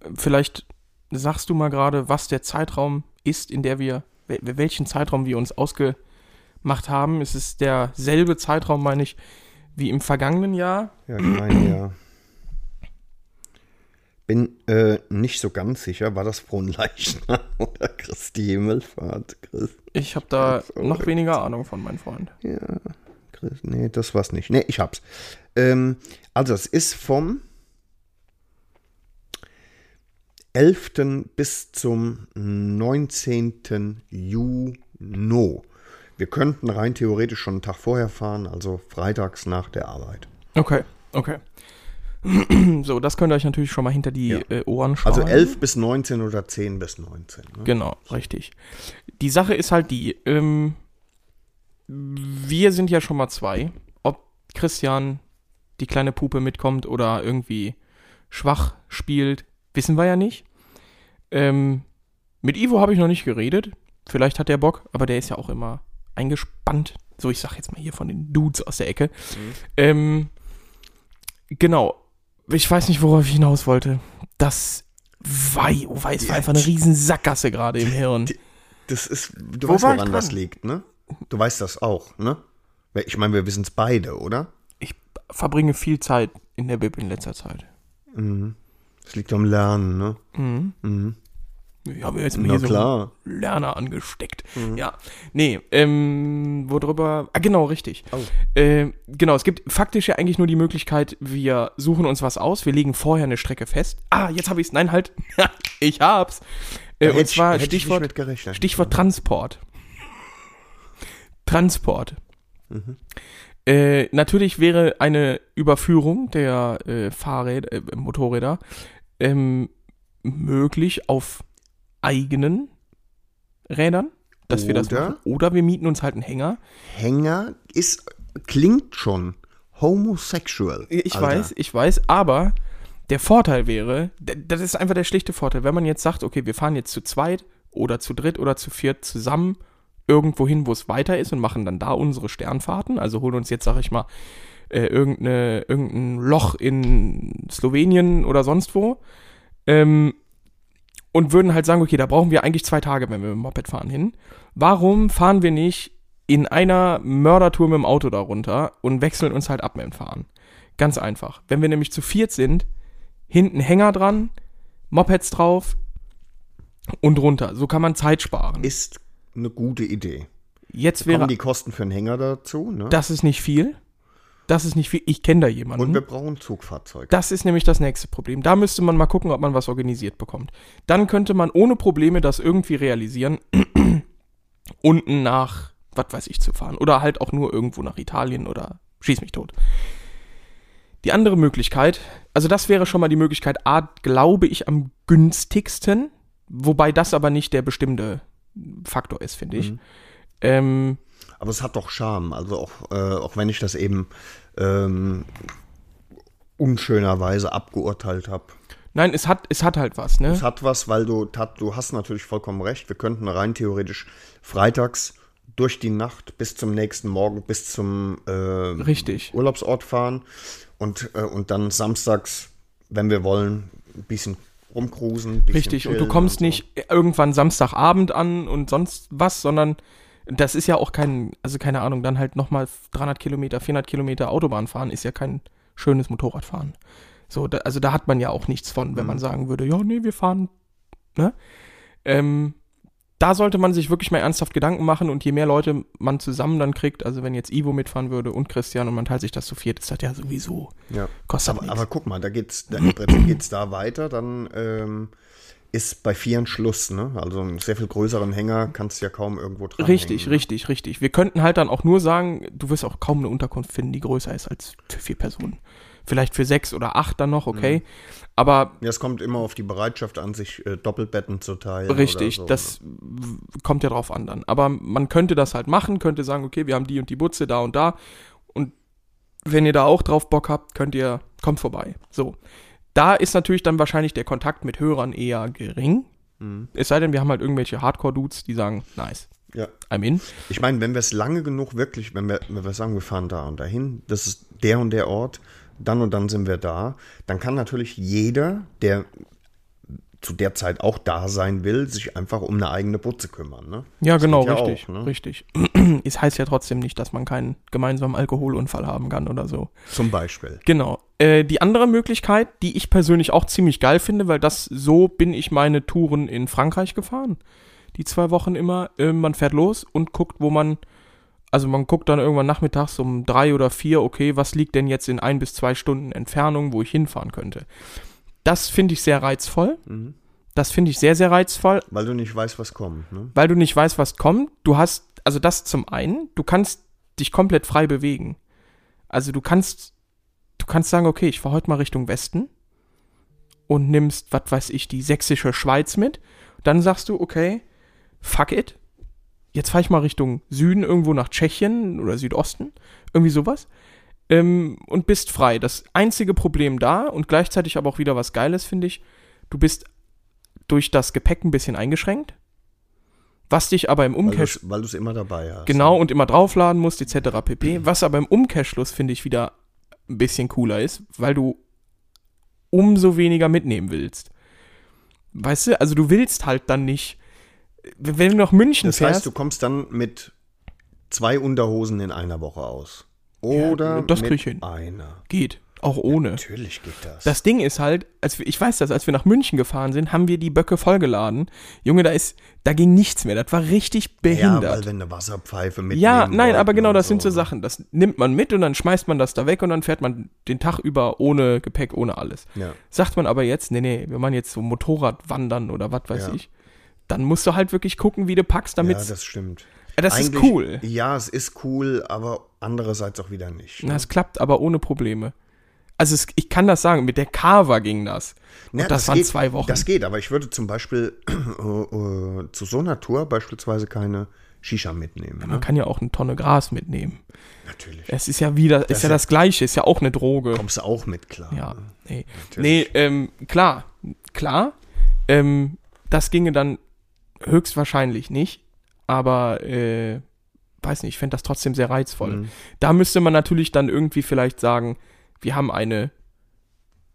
C: äh, vielleicht sagst du mal gerade, was der Zeitraum ist, in der wir, wel- welchen Zeitraum wir uns ausgemacht haben. Es ist derselbe Zeitraum, meine ich, wie im vergangenen Jahr.
D: Ja, ich meine ja. Bin äh, nicht so ganz sicher, war das Fronleichnam oder Christi Himmelfahrt? Christ,
C: Ich habe da
D: so.
C: noch weniger Ahnung von, mein Freund.
D: ja, Christ, nee, das war's nicht. Nee, ich hab's. Ähm, also, es ist vom 11. bis zum 19. Juni. Wir könnten rein theoretisch schon einen Tag vorher fahren, also freitags nach der Arbeit.
C: Okay, okay. so, das könnt ihr euch natürlich schon mal hinter die
D: Ja.
C: äh, Ohren schreiben.
D: Also 11 bis 19 oder 10 bis 19. Ne?
C: Genau, richtig. Die Sache ist halt die, ähm, wir sind ja schon mal zwei. Ob Christian die kleine Pupe mitkommt oder irgendwie schwach spielt, wissen wir ja nicht. Ähm, mit Ivo habe ich noch nicht geredet. Vielleicht hat der Bock, aber der ist ja auch immer eingespannt. So, ich sag jetzt mal hier von den Dudes aus der Ecke. Ähm, genau. Ich weiß nicht, worauf ich hinaus wollte. Das Wei, oh wei, es war einfach eine riesen Sackgasse gerade im Hirn.
D: Das ist, du
C: Wo
D: weißt,
C: war ich
D: woran das
C: dran?
D: liegt, ne? Du weißt das auch, ne? Ich meine, wir wissen es beide, oder?
C: Ich verbringe viel Zeit in der Bib in letzter Zeit.
D: Es liegt am Lernen, ne?
C: Ich habe jetzt mal
D: Na
C: hier so einen
D: klar. Mhm.
C: Lerner angesteckt. Ja, nee, ähm, worüber, ah genau, richtig.
D: Oh.
C: Ähm, genau, es gibt faktisch ja eigentlich nur die Möglichkeit, wir suchen uns was aus, wir legen vorher eine Strecke fest. Ah, jetzt habe ich es, nein, halt, ich hab's. Äh,
D: hätte
C: und
D: ich-
C: zwar
D: hätte ich nicht
C: Stichwort,
D: mit gerechnet. ne?
C: Stichwort Transport. Transport. Äh, natürlich wäre eine Überführung der äh, Fahrräder, äh, Motorräder ähm, möglich auf eigenen Rädern, dass wir das
D: Oder?
C: machen. Oder wir mieten uns halt einen Hänger.
D: Hänger ist, klingt schon homosexual.
C: Ich
D: Alter.
C: weiß, ich weiß, aber der Vorteil wäre, d- das ist einfach der schlichte Vorteil, wenn man jetzt sagt, okay, wir fahren jetzt zu zweit oder zu dritt oder zu viert zusammen irgendwo hin, wo es weiter ist und machen dann da unsere Sternfahrten, also holen uns jetzt, sag ich mal, äh, irgendeine, irgendein Loch in Slowenien oder sonst wo ähm, und würden halt sagen, okay, da brauchen wir eigentlich zwei Tage, wenn wir mit dem Moped fahren hin. Warum fahren wir nicht in einer Mördertour mit dem Auto darunter und wechseln uns halt ab mit dem Fahren? Ganz einfach. Wenn wir nämlich zu viert sind, hinten Hänger dran, Mopeds drauf und runter. So kann man Zeit sparen.
D: Ist eine gute Idee.
C: Jetzt wäre
D: Kommen die Kosten für einen Hänger dazu, ne?
C: das ist nicht viel. Das ist nicht viel. Ich kenne da jemanden.
D: Und wir brauchen Zugfahrzeug.
C: Das ist nämlich das nächste Problem. Da müsste man mal gucken, ob man was organisiert bekommt. Dann könnte man ohne Probleme das irgendwie realisieren, unten nach, was weiß ich, zu fahren. Oder halt auch nur irgendwo nach Italien oder schieß mich tot. Die andere Möglichkeit, also das wäre schon mal die Möglichkeit A, glaube ich, am günstigsten, wobei das aber nicht der bestimmte Faktor ist, finde
D: Mhm.
C: ich. Ähm,
D: Aber es hat doch Charme. Also auch, äh, auch wenn ich das eben ähm, unschönerweise abgeurteilt habe.
C: nein, es hat, es hat halt was, ne?
D: Es hat was, weil du, tat, du hast natürlich vollkommen recht. Wir könnten rein theoretisch freitags durch die Nacht bis zum nächsten Morgen, bis zum äh,
C: Richtig.
D: Urlaubsort fahren und, äh, und dann samstags, wenn wir wollen, ein bisschen rumcruisen. Ein bisschen
C: Richtig, und du
D: chillen
C: kommst
D: und so.
C: nicht irgendwann Samstagabend an und sonst was, sondern das ist ja auch kein, also keine Ahnung, dann halt nochmal 300 Kilometer, 400 Kilometer Autobahn fahren ist ja kein schönes Motorradfahren. So, da, also da hat man ja auch nichts von,
D: Mhm.
C: wenn man sagen würde, ja, nee, wir fahren, ne? Ähm, da sollte man sich wirklich mal ernsthaft Gedanken machen und je mehr Leute man zusammen dann kriegt, also wenn jetzt Ivo mitfahren würde und Christian und man teilt sich das zu viert, ist das ja sowieso,
D: Ja.
C: kostet
D: Aber,
C: nichts.
D: aber guck mal, da geht's, da, im Prinzip geht's da weiter, dann ähm, ist bei vieren Schluss, ne? Also einen sehr viel größeren Hänger kannst du ja kaum irgendwo dran.
C: Richtig, richtig, richtig. Wir könnten halt dann auch nur sagen, du wirst auch kaum eine Unterkunft finden, die größer ist als für vier Personen. Vielleicht für sechs oder acht dann noch, okay. Aber
D: Mhm. Ja, es kommt immer auf die Bereitschaft an, sich äh, Doppelbetten zu teilen.
C: richtig,
D: oder so, ne?
C: das w- kommt ja drauf an dann. Aber man könnte das halt machen, könnte sagen, okay, wir haben die und die Butze da und da. Und wenn ihr da auch drauf Bock habt, könnt ihr, kommt vorbei. So. Da ist natürlich dann wahrscheinlich der Kontakt mit Hörern eher gering.
D: Mhm.
C: Es sei denn, wir haben halt irgendwelche Hardcore-Dudes, die sagen, nice,
D: ne? Ja.
C: I'm in.
D: Ich meine, wenn wir es lange genug wirklich, wenn wir, wenn wir sagen, wir fahren da und dahin, das ist der und der Ort, dann und dann sind wir da, dann kann natürlich jeder, der zu der Zeit auch da sein will, sich einfach um eine eigene Putze kümmern. Ne?
C: Ja,
D: Das
C: genau,
D: geht ja
C: richtig,
D: auch, ne?
C: richtig. es heißt ja trotzdem nicht, dass man keinen gemeinsamen Alkoholunfall haben kann oder so.
D: Zum Beispiel.
C: Genau. Äh, die andere Möglichkeit, die ich persönlich auch ziemlich geil finde, weil das so bin ich meine Touren in Frankreich gefahren. Die zwei Wochen immer. Äh, man fährt los und guckt, wo man, also man guckt dann irgendwann nachmittags um drei oder vier, okay, was liegt denn jetzt in ein bis zwei Stunden Entfernung, wo ich hinfahren könnte. Das finde ich sehr reizvoll.
D: Mhm.
C: Das finde ich sehr, sehr reizvoll
D: Weil du nicht weißt, was kommt. Ne?
C: weil du nicht weißt, was kommt. Du hast, also das zum einen, du kannst dich komplett frei bewegen. Also du kannst, du kannst sagen, okay, ich fahre heute mal Richtung Westen und nimmst, was weiß ich, die sächsische Schweiz mit. Dann sagst du, okay, fuck it. Jetzt fahre ich mal Richtung Süden, irgendwo nach Tschechien oder Südosten, irgendwie sowas. Ähm, und bist frei. Das einzige Problem da und gleichzeitig aber auch wieder was Geiles, finde ich, du bist durch das Gepäck ein bisschen eingeschränkt. Was dich aber im
D: Weil
C: Umkehrschluss
D: du's- Weil du es immer dabei hast.
C: Genau, und immer draufladen musst, etc. pp. Was aber im Umkehrschluss, finde ich, wieder ein bisschen cooler ist, weil du umso weniger mitnehmen willst. Weißt du, also du willst halt dann nicht. Wenn du nach München
D: Das
C: fährst.
D: heißt, du kommst dann mit zwei Unterhosen in einer Woche aus. Oder
C: das krieg
D: mit
C: ich hin.
D: einer.
C: geht. Auch ohne.
D: Natürlich geht das.
C: Das Ding ist halt, als wir, ich weiß das, als wir nach München gefahren sind, haben wir die Böcke vollgeladen. Junge, da ist, da ging nichts mehr. Das war richtig
D: ja, weil
C: behindert.
D: wenn eine Wasserpfeife mit.
C: Ja, nein, aber genau das sind so Sachen. Das nimmt man mit und dann schmeißt man das da weg und dann fährt man den Tag über ohne Gepäck, ohne alles.
D: Ja.
C: Sagt man aber jetzt, nee, nee, wenn man jetzt so Motorrad wandern oder was weiß
D: Ja.
C: ich, dann musst du halt wirklich gucken, wie du packst, damit. Äh,
D: Ja, das stimmt.
C: das ist
D: Eigentlich-
C: cool.
D: Ja, es ist cool, aber andererseits auch wieder nicht.
C: Na, es klappt aber ohne Probleme. Also es, ich kann das sagen, mit der Carver ging das. Und
D: Ja,
C: das, waren
D: geht,
C: zwei Wochen.
D: Das geht, aber ich würde zum Beispiel äh, äh, zu so einer Tour beispielsweise keine Shisha mitnehmen.
C: Man
D: Ne?
C: kann ja auch eine Tonne Gras mitnehmen.
D: Natürlich.
C: Es ist ja wieder, ist ja das Gleiche, ist ja auch eine Droge.
D: Kommst du auch mit klar.
C: Ja,
D: ne?
C: nee. Nee, ähm, klar, klar. Ähm, das ginge dann höchstwahrscheinlich nicht, aber äh, weiß nicht, ich fände das trotzdem sehr reizvoll. Da müsste man natürlich dann irgendwie vielleicht sagen, wir haben eine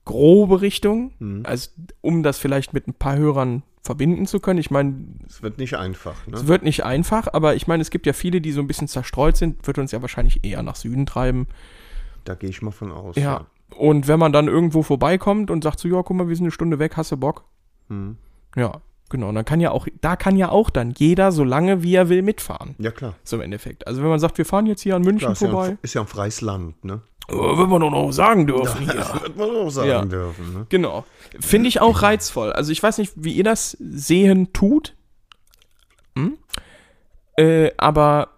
C: grobe Richtung, also um das vielleicht mit ein paar Hörern verbinden zu können. Ich meine,
D: Es wird nicht einfach. Ne?
C: es wird nicht einfach, aber ich meine, es gibt ja viele, die so ein bisschen zerstreut sind, wird uns ja wahrscheinlich eher nach Süden treiben.
D: Da gehe ich mal von aus.
C: Ja. Und wenn man dann irgendwo vorbeikommt und sagt so, ja, guck mal, wir sind eine Stunde weg, hast du Bock? Ja, genau. Und dann kann ja auch, da kann ja auch dann jeder so lange, wie er will, mitfahren.
D: Ja, klar.
C: So im Endeffekt. Also wenn man sagt, wir fahren jetzt hier an München
D: Klar, ist, ja
C: vorbei.
D: ein, ist ja ein freies Land, ne?
C: Äh, Wird man doch noch sagen dürfen. hier.
D: Wird man auch sagen
C: Ja.
D: dürfen, ne?
C: Genau. Finde ich auch reizvoll. Also ich weiß nicht, wie ihr das sehen tut. Hm? Äh, aber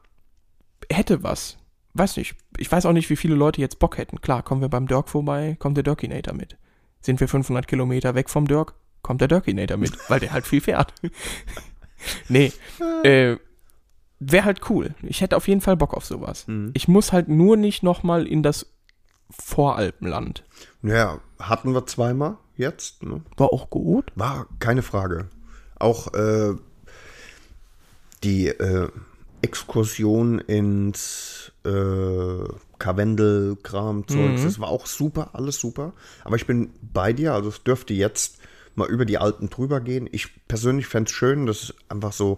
C: hätte was. Weiß nicht. Ich weiß auch nicht, wie viele Leute jetzt Bock hätten. Klar, kommen wir beim Dirk vorbei, kommt der Dirkinator mit. Sind wir 500 Kilometer weg vom Dirk, kommt der Dirkinator mit, weil der halt viel fährt. nee. Äh, Wäre halt cool. Ich hätte auf jeden Fall Bock auf sowas. Ich muss halt nur nicht nochmal in das Voralpenland.
D: Naja, hatten wir zweimal jetzt, ne?
C: War auch gut.
D: War keine Frage. Auch äh, die äh, Exkursion ins äh, Karwendel-Kram-Zeugs, das war auch super, alles super. Aber ich bin bei dir, also es dürfte jetzt mal über die Alpen drüber gehen. Ich persönlich fände es schön, das ist einfach so,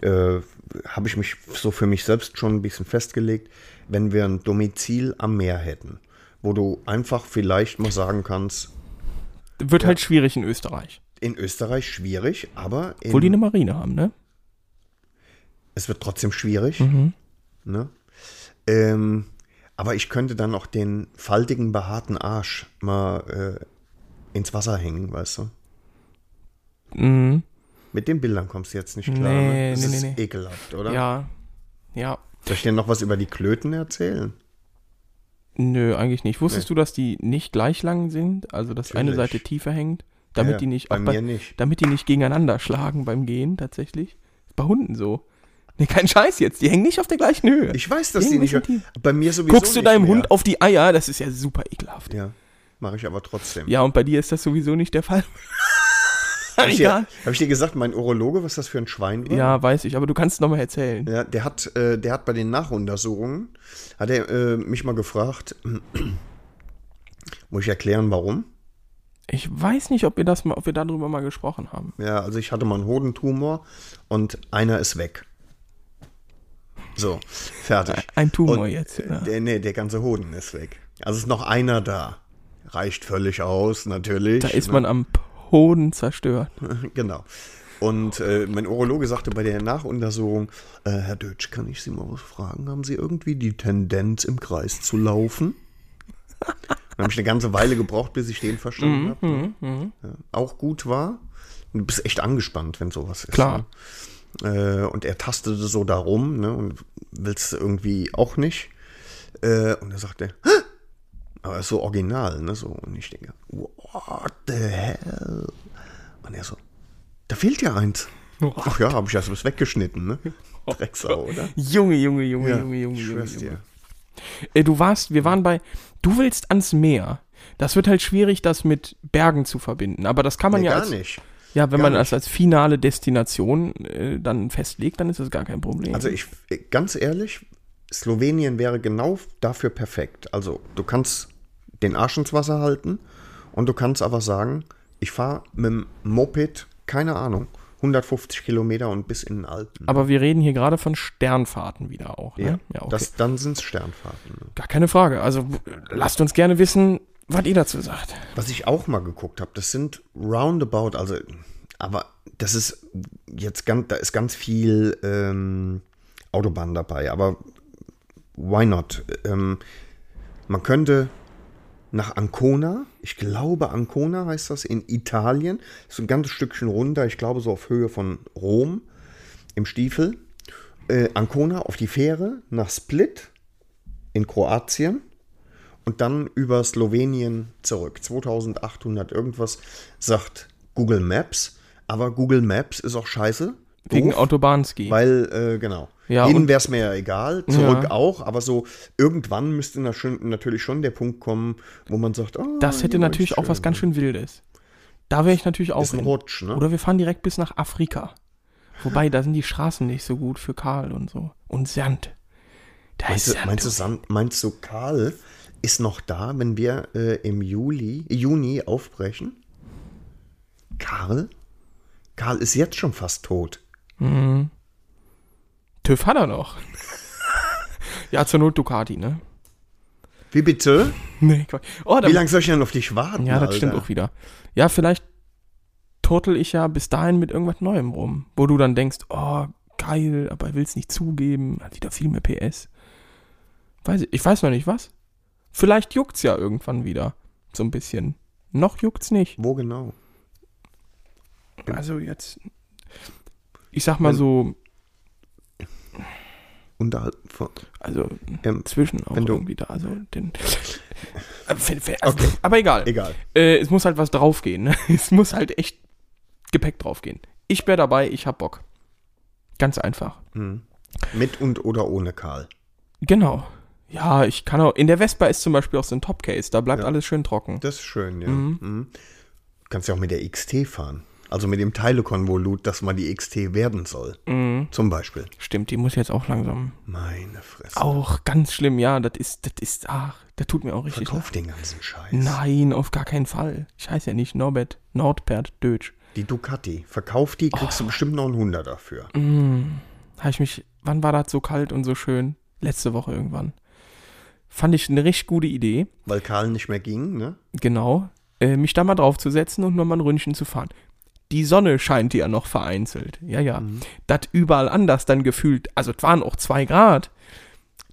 D: äh, habe ich mich so für mich selbst schon ein bisschen festgelegt, wenn wir ein Domizil am Meer hätten, wo du einfach vielleicht mal sagen kannst,
C: Wird halt schwierig in Österreich.
D: in Österreich schwierig, aber in,
C: Obwohl die eine Marine haben, ne?
D: es wird trotzdem schwierig.
C: Mhm.
D: Ne? Ähm, aber ich könnte dann auch den faltigen, behaarten Arsch mal äh, ins Wasser hängen, weißt du?
C: Mhm.
D: Mit den Bildern kommst du jetzt nicht klar.
C: Nee,
D: ne? Das
C: nee,
D: ist
C: nee, nee.
D: ekelhaft, oder?
C: Ja. Ja.
D: Soll ich dir noch was über die Klöten erzählen?
C: Nö, eigentlich nicht. Wusstest du, dass die nicht gleich lang sind? Also, dass eine
D: Natürlich.
C: Seite tiefer hängt? Damit
D: ja,
C: die nicht,
D: bei
C: auch
D: mir nicht.
C: Damit die nicht gegeneinander schlagen beim Gehen, tatsächlich. Ist bei Hunden so. Nee, kein Scheiß jetzt. Die hängen nicht auf der gleichen Höhe.
D: Ich weiß, dass die
C: Hängen
D: nicht.
C: auf die-
D: Bei mir sowieso.
C: Guckst du
D: nicht
C: deinem
D: mehr.
C: Hund auf die Eier? Das ist ja super ekelhaft. Ja,
D: Ja, mache ich aber trotzdem.
C: und bei dir ist das sowieso nicht der Fall.
D: Habe ich, dir-
C: Egal.
D: hab ich dir gesagt, mein Urologe, was das für ein Schwein war?
C: Ja, weiß ich, aber du kannst es nochmal erzählen.
D: Ja, der hat, äh, der hat bei den Nachuntersuchungen, hat er äh, mich mal gefragt, muss ich erklären, warum?
C: Ich weiß nicht, ob wir, das mal, ob wir darüber mal gesprochen haben.
D: Ja, also ich hatte mal einen Hodentumor und einer ist weg. So, fertig.
C: Ein Tumor
D: Und,
C: jetzt.
D: äh,
C: Ja.
D: Der, nee, der ganze Hoden ist weg. Also ist noch einer da. Reicht völlig aus, natürlich.
C: Da ist man am Hoden zerstört.
D: Genau. Und äh, mein Urologe sagte bei der Nachuntersuchung, äh, Herr Dötsch, kann ich Sie mal was fragen? Haben Sie irgendwie die Tendenz, im Kreis zu laufen? Dann habe ich eine ganze Weile gebraucht, bis ich den verstanden habe. ne? Ja, auch gut war. Du bist echt angespannt, wenn sowas ist.
C: Klar.
D: Ne? Äh, und er tastete so darum ne? und willst du irgendwie auch nicht. Äh, und er sagte, Hä? aber ist so original, ne? So, und ich denke, what the hell? Und er so, da fehlt ja eins.
C: Oh.
D: Ach ja, habe ich das was weggeschnitten, ne? Drecksau, oder?
C: Junge, Junge, Oh. Junge,
D: Ja,
C: Junge, Junge,
D: ich
C: Junge.
D: schwör's
C: Junge.
D: dir.
C: Äh, du warst, wir waren bei, du willst ans Meer. Das wird halt schwierig, das mit Bergen zu verbinden. Aber das kann man
D: Nee,
C: ja
D: gar
C: als,
D: nicht.
C: ja, wenn
D: gar
C: man das als finale Destination äh, dann festlegt, dann ist das gar kein Problem.
D: Also ich, ganz ehrlich, Slowenien wäre genau dafür perfekt. Also du kannst den Arsch ins Wasser halten und du kannst aber sagen, Ich fahre mit dem Moped, keine Ahnung, 150 Kilometer und bis in den Alpen.
C: Aber wir reden hier gerade von Sternfahrten wieder auch. Ne?
D: das, dann sind es Sternfahrten.
C: Gar keine Frage. Also w- lasst uns gerne wissen, was ihr dazu sagt.
D: Was ich auch mal geguckt habe, das sind roundabout, also, aber das ist jetzt ganz, da ist ganz viel ähm, Autobahn dabei, aber why not? Ähm, man könnte nach Ancona, ich glaube Ancona heißt das, in Italien, so ein ganzes Stückchen runter, ich glaube so auf Höhe von Rom, im Stiefel. Äh, Ancona auf die Fähre nach Split in Kroatien und dann über Slowenien zurück. 2800 irgendwas sagt Google Maps, aber Google Maps ist auch scheiße.
C: Wegen
D: Doof,
C: Autobahnski.
D: Weil, äh, genau.
C: Ja, und-
D: Ihnen wäre es mir ja egal, zurück
C: Ja.
D: auch, aber so irgendwann müsste na- schon- natürlich schon der Punkt kommen, wo man sagt, oh,
C: Das hätte
D: ja,
C: natürlich
D: ist
C: auch was
D: schön.
C: ganz schön Wildes. Da wäre ich natürlich auch.
D: Ist ein
C: hin.
D: Rutsch, ne?
C: Oder wir fahren direkt bis nach Afrika. Wobei, da sind die Straßen nicht so gut für Karl und so. Und Sand. Da
D: Meinst
C: ist
D: du,
C: Sand.
D: meinst, du, Sand, meinst du, Karl ist noch da, wenn wir äh, im Juli, Juni aufbrechen? Karl? Karl ist jetzt schon fast tot.
C: TÜV hat er noch. ja, zur Not Ducati, ne?
D: Wie bitte?
C: Nee, Quatsch. Oh, da
D: Wie lange soll ich denn auf dich warten?
C: Ja, das
D: Alter?
C: stimmt auch wieder. Ja, vielleicht turtel ich ja bis dahin mit irgendwas Neuem rum, wo du dann denkst, oh, geil, aber er will es nicht zugeben, hat wieder viel mehr PS. Weiß ich, ich weiß noch nicht was. Vielleicht juckt's ja irgendwann wieder. So ein bisschen. Noch juckt's nicht.
D: Wo genau?
C: Also jetzt. Ich sag mal so,
D: Unterhalb von.
C: also
D: Ähm,
C: zwischen auch
D: wenn du-
C: irgendwie da, also den. Äh, also, Aber egal.
D: egal.
C: Äh, es muss halt was draufgehen. Ne? Es muss halt echt Gepäck draufgehen. Ich wäre dabei, ich hab Bock. Ganz einfach.
D: Mit und oder ohne Karl.
C: Genau. Ja, ich kann auch. In der Vespa ist zum Beispiel auch so ein Topcase. Da bleibt alles schön trocken.
D: Das ist schön, ja. Mhm. Du kannst ja auch mit der XT fahren. Also mit dem Teilekonvolut, dass man die XT werden soll.
C: Mhm.
D: Zum Beispiel.
C: Stimmt, die muss jetzt auch langsam.
D: Meine Fresse.
C: Auch ganz schlimm, ja. Das ist, das ist, ach, das tut mir auch richtig leid.
D: Verkauf den ganzen Scheiß.
C: Nein, auf gar keinen Fall. Ich heiße ja nicht Norbert, Nordbert, Dötsch.
D: Die Ducati. Verkauf die, kriegst
C: Oh.
D: du bestimmt noch einen Hunder dafür.
C: Mhm. Habe ich mich, wann war das so kalt und so schön? Letzte Woche irgendwann. Fand ich eine richtig gute Idee.
D: Weil Karl nicht mehr ging, ne?
C: genau, äh, mich da mal draufzusetzen und nochmal ein Ründchen zu fahren. Die Sonne scheint ja noch vereinzelt. Ja, ja.
D: Mhm.
C: Das überall anders dann gefühlt, also es waren auch zwei Grad.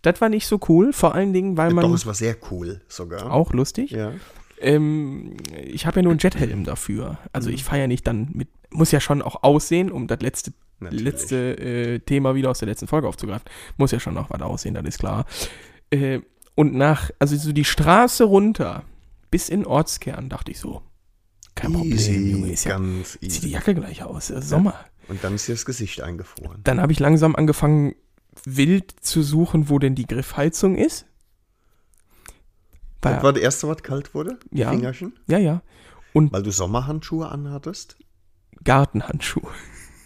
C: Das war nicht so cool, vor allen Dingen, weil man
D: Äh, Doch, es ne? war sehr cool sogar.
C: auch lustig.
D: Ja.
C: Ähm, ich habe ja nur einen Jethelm dafür. Also
D: Mhm.
C: ich fahre ja nicht dann mit, muss ja schon auch aussehen, um das letzte,
D: Natürlich.
C: letzte äh, Thema wieder aus der letzten Folge aufzugreifen. Muss ja schon noch was aussehen, das ist klar. Äh, und nach, also so die Straße runter bis in Ortskern, dachte ich so, kein Problem,
D: Easy,
C: Junge, ist ja,
D: ganz
C: sieht die
D: easy.
C: Jacke gleich aus, äh, Sommer.
D: Und dann ist dir das Gesicht eingefroren.
C: Dann habe ich langsam angefangen, wild zu suchen, wo denn die Griffheizung ist.
D: Das
C: Weil,
D: war das erste, was kalt wurde? Die
C: Ja.
D: Fingerchen?
C: ja, ja.
D: Weil du Sommerhandschuhe anhattest?
C: Gartenhandschuhe.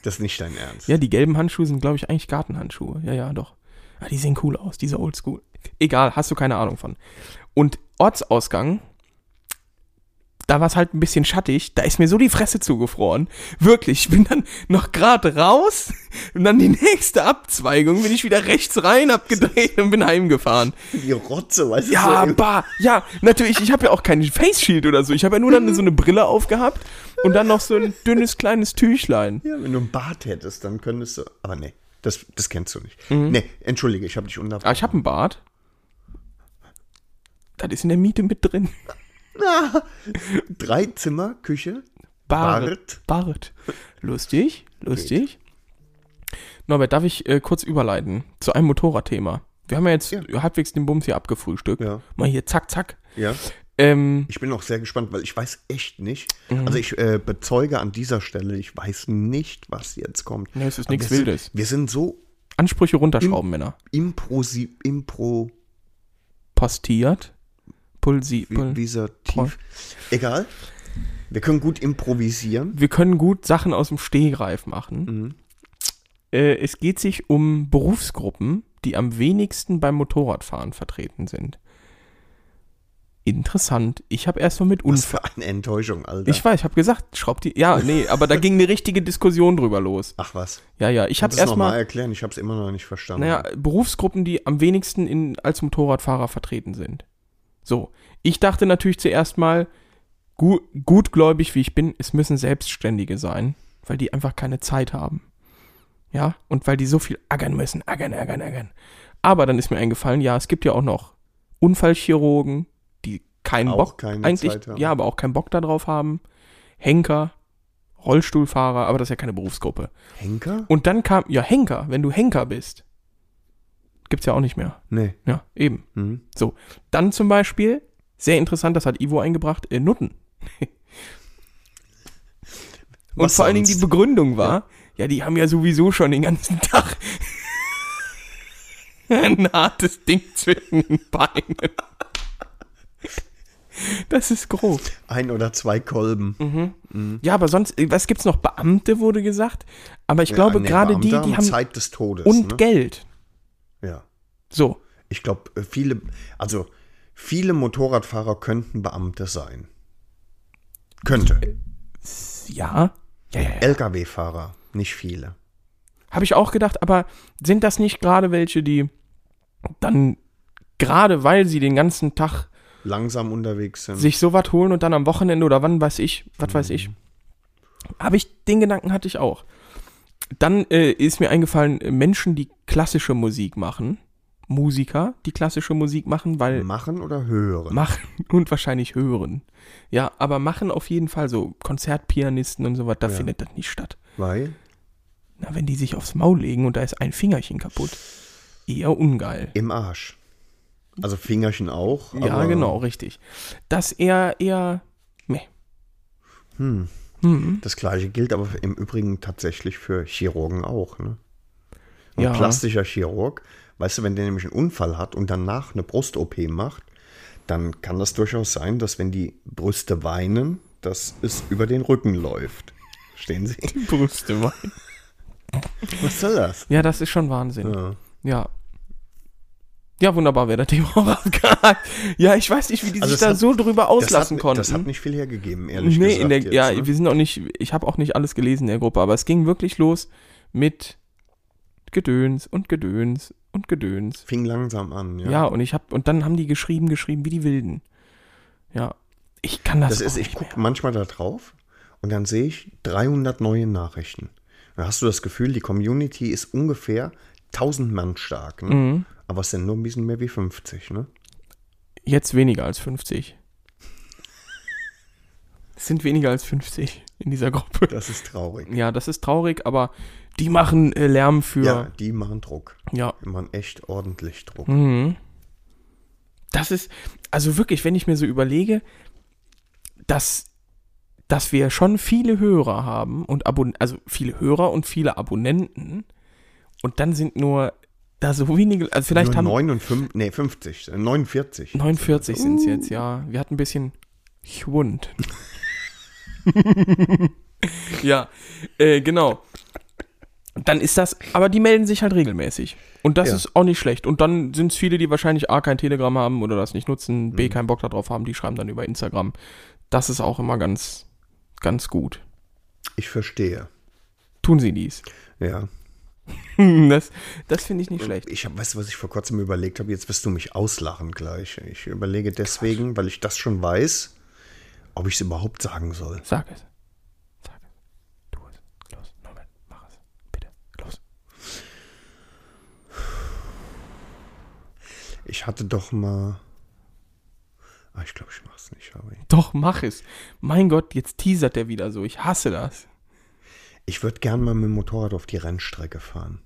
D: Das ist nicht dein Ernst.
C: Ja, die gelben Handschuhe sind, glaube ich, eigentlich Gartenhandschuhe. Ja, ja, doch. Ah, die sehen cool aus, diese Oldschool. Egal, hast du keine Ahnung von. Und Ortsausgang, da war es halt ein bisschen schattig, da ist mir so die Fresse zugefroren. Wirklich, ich bin dann noch gerade raus und dann die nächste Abzweigung bin ich wieder rechts rein abgedreht und bin heimgefahren.
D: Die Rotze, weißt
C: Ja,
D: du? so-
C: bah, ja, natürlich, ich habe ja auch kein Face Shield oder so. Ich habe ja nur dann so eine Brille aufgehabt und dann noch so ein dünnes kleines Tüchlein.
D: Ja, wenn du einen Bart hättest, dann könntest du. Aber nee, das, das kennst du nicht. Nee, entschuldige, ich habe dich
C: Mhm. Ah,
D: unterbrochen.
C: ich habe einen Bart. Das ist in der Miete mit drin.
D: Drei Zimmer, Küche.
C: Bart. Bart. Lustig, lustig. Norbert, darf ich äh, kurz überleiten zu einem Motorradthema? Wir haben ja jetzt halbwegs den Bums hier abgefrühstückt.
D: Ja.
C: Mal hier, zack, zack.
D: Ja.
C: Ähm,
D: Ich bin auch sehr gespannt, weil ich weiß echt nicht.
C: Mhm.
D: Also ich äh, bezeuge an dieser Stelle, ich weiß nicht, was jetzt kommt.
C: Nee, es ist
D: Aber
C: nichts
D: wir sind-
C: Wildes.
D: Wir sind so
C: Ansprüche
D: Hm.
C: runterschrauben, Männer.
D: improsi, impro,
C: Postiert. Pulsi.
D: wie,
C: Pul
D: wie so tief. Egal. Wir können gut improvisieren.
C: Wir können gut Sachen aus dem Stehgreif machen. Äh, es geht sich um Berufsgruppen, die am wenigsten beim Motorradfahren vertreten sind. Interessant. Ich habe erst mal mit
D: Was
C: Unfall.
D: für eine Enttäuschung, Alter.
C: Ich weiß, ich habe gesagt, schraub die. Ja, nee, aber da ging eine richtige Diskussion drüber los.
D: Ach was.
C: Ja, ja, ich habe
D: Kannst du es
C: erst
D: nochmal
C: mal
D: erklären? Ich habe es immer noch nicht verstanden.
C: naja, Berufsgruppen, die am wenigsten in, als Motorradfahrer vertreten sind. So, ich dachte natürlich zuerst mal, gu gutgläubig wie ich bin, es müssen Selbstständige sein, weil die einfach keine Zeit haben. Ja, und weil die so viel ackern müssen, ackern, ackern, ackern. Aber dann ist mir eingefallen, ja, es gibt ja auch noch Unfallchirurgen, die keinen
D: Auch
C: Bock
D: keine
C: eigentlich,
D: Zeit haben.
C: ja, aber auch keinen Bock darauf haben. Henker, Rollstuhlfahrer, aber das ist ja keine Berufsgruppe.
D: Henker?
C: Und dann kam, ja, Henker, wenn du Henker bist. Gibt's ja auch nicht mehr.
D: Nee.
C: Ja, eben.
D: Hm.
C: So. Dann zum Beispiel, sehr interessant, das hat Ivo eingebracht, äh, Nutten. Und
D: Was
C: vor allen Dingen die
D: sonst?
C: Begründung war, ja, die haben ja sowieso schon den ganzen Tag ein hartes Ding zwischen den Beinen. Das ist grob.
D: Ein oder zwei Kolben. Mhm.
C: Ja, aber sonst, äh, was gibt's noch? Beamte wurde gesagt. Aber ich glaube,
D: nee,
C: gerade
D: Beamte
C: die, die haben
D: Zeit des Todes.
C: und
D: ne?
C: Geld.
D: Ja.
C: So.
D: Ich glaube, viele, also viele Motorradfahrer könnten Beamte sein. Könnte.
C: Ja. Ja, ja, ja.
D: Lkw-Fahrer, nicht viele.
C: Habe ich auch gedacht, aber sind das nicht gerade welche, die dann gerade weil sie den ganzen Tag
D: Langsam unterwegs sind.
C: sich sowas holen und dann am Wochenende oder wann weiß ich, was weiß ich. Habe ich, den Gedanken hatte ich auch. Dann äh, ist mir eingefallen, äh, Menschen, die klassische Musik machen, Musiker, die klassische Musik machen, weil
D: machen oder hören.
C: machen und wahrscheinlich hören. Ja, aber machen auf jeden Fall so Konzertpianisten und sowas, da findet das nicht statt.
D: weil
C: Na, wenn die sich aufs Maul legen und da ist ein Fingerchen kaputt. Eher ungeil.
D: im Arsch. Also Fingerchen auch.
C: Ja,
D: aber
C: genau, richtig. Das eher, eher, meh.
D: Das gleiche gilt aber im Übrigen tatsächlich für Chirurgen auch. Ne? Ein
C: Ja.
D: plastischer Chirurg, weißt du, wenn der nämlich einen Unfall hat und danach eine Brust-OP macht, dann kann das durchaus sein, dass wenn die Brüste weinen, dass es über den Rücken läuft. Verstehen Sie?
C: Brüste weinen.
D: Was soll das?
C: Ja, das ist schon Wahnsinn. Ja.
D: Ja.
C: Ja, wunderbar, wer das Thema auch abgehakt. Ja, ich weiß nicht, wie die
D: Also
C: sich
D: das
C: da
D: hat-
C: so drüber
D: Das hat,
C: auslassen konnten.
D: das hat nicht viel hergegeben, ehrlich
C: Nee,
D: gesagt.
C: in der,
D: jetzt,
C: ja,
D: ne?
C: wir sind auch nicht, ich habe auch nicht alles gelesen in der Gruppe, aber es ging wirklich los mit Gedöns und Gedöns und Gedöns.
D: Fing langsam an, ja.
C: Ja, und ich habe und dann haben die geschrieben, geschrieben wie die Wilden. Ja, ich kann das,
D: Das ist,
C: auch
D: ich
C: nicht mehr.
D: gucke manchmal da drauf und dann sehe ich 300 neue Nachrichten. Da hast du das Gefühl, die Community ist ungefähr 1000 Mann stark. Ne?
C: Mhm.
D: Aber es sind nur ein bisschen mehr wie 50. Ne?
C: Jetzt weniger als 50. Es sind weniger als 50 in dieser Gruppe.
D: Das ist traurig.
C: Ja, das ist traurig, aber die machen äh, Lärm für.
D: Ja, die machen Druck.
C: ja.
D: Die machen echt ordentlich Druck.
C: Hm. Das ist, also wirklich, wenn ich mir so überlege, dass, dass wir schon viele Hörer haben und Abon also viele Hörer und viele Abonnenten und dann sind nur da so wenige, also vielleicht
D: Nur
C: haben
D: 59, nee, 50, äh, 49.
C: 49 sind es jetzt, ja. Wir hatten ein bisschen Schwund. ja, äh, genau. Dann ist das, aber die melden sich halt regelmäßig. Und das
D: Ja.
C: ist auch nicht schlecht. Und dann sind es viele, die wahrscheinlich A, kein Telegram haben oder das nicht nutzen, B, keinen Bock darauf haben, die schreiben dann über Instagram. Das ist auch immer ganz, ganz gut.
D: Ich verstehe.
C: Tun sie dies.
D: Ja.
C: Das, das finde ich nicht schlecht.
D: Ich habe, weißt du, was ich vor kurzem überlegt habe? Jetzt wirst du mich auslachen gleich. Ich überlege deswegen, weil ich das schon weiß, ob ich es überhaupt sagen soll.
C: Sag es. Sag es. Tu es. Los, Norbert, mach es. Bitte, los.
D: Ich hatte doch mal. Ah, ich glaube, ich mach's nicht, Harvey.
C: Doch, mach es. Mein Gott, jetzt teasert der wieder so. Ich hasse das.
D: Ich würde gern mal mit dem Motorrad auf die Rennstrecke fahren.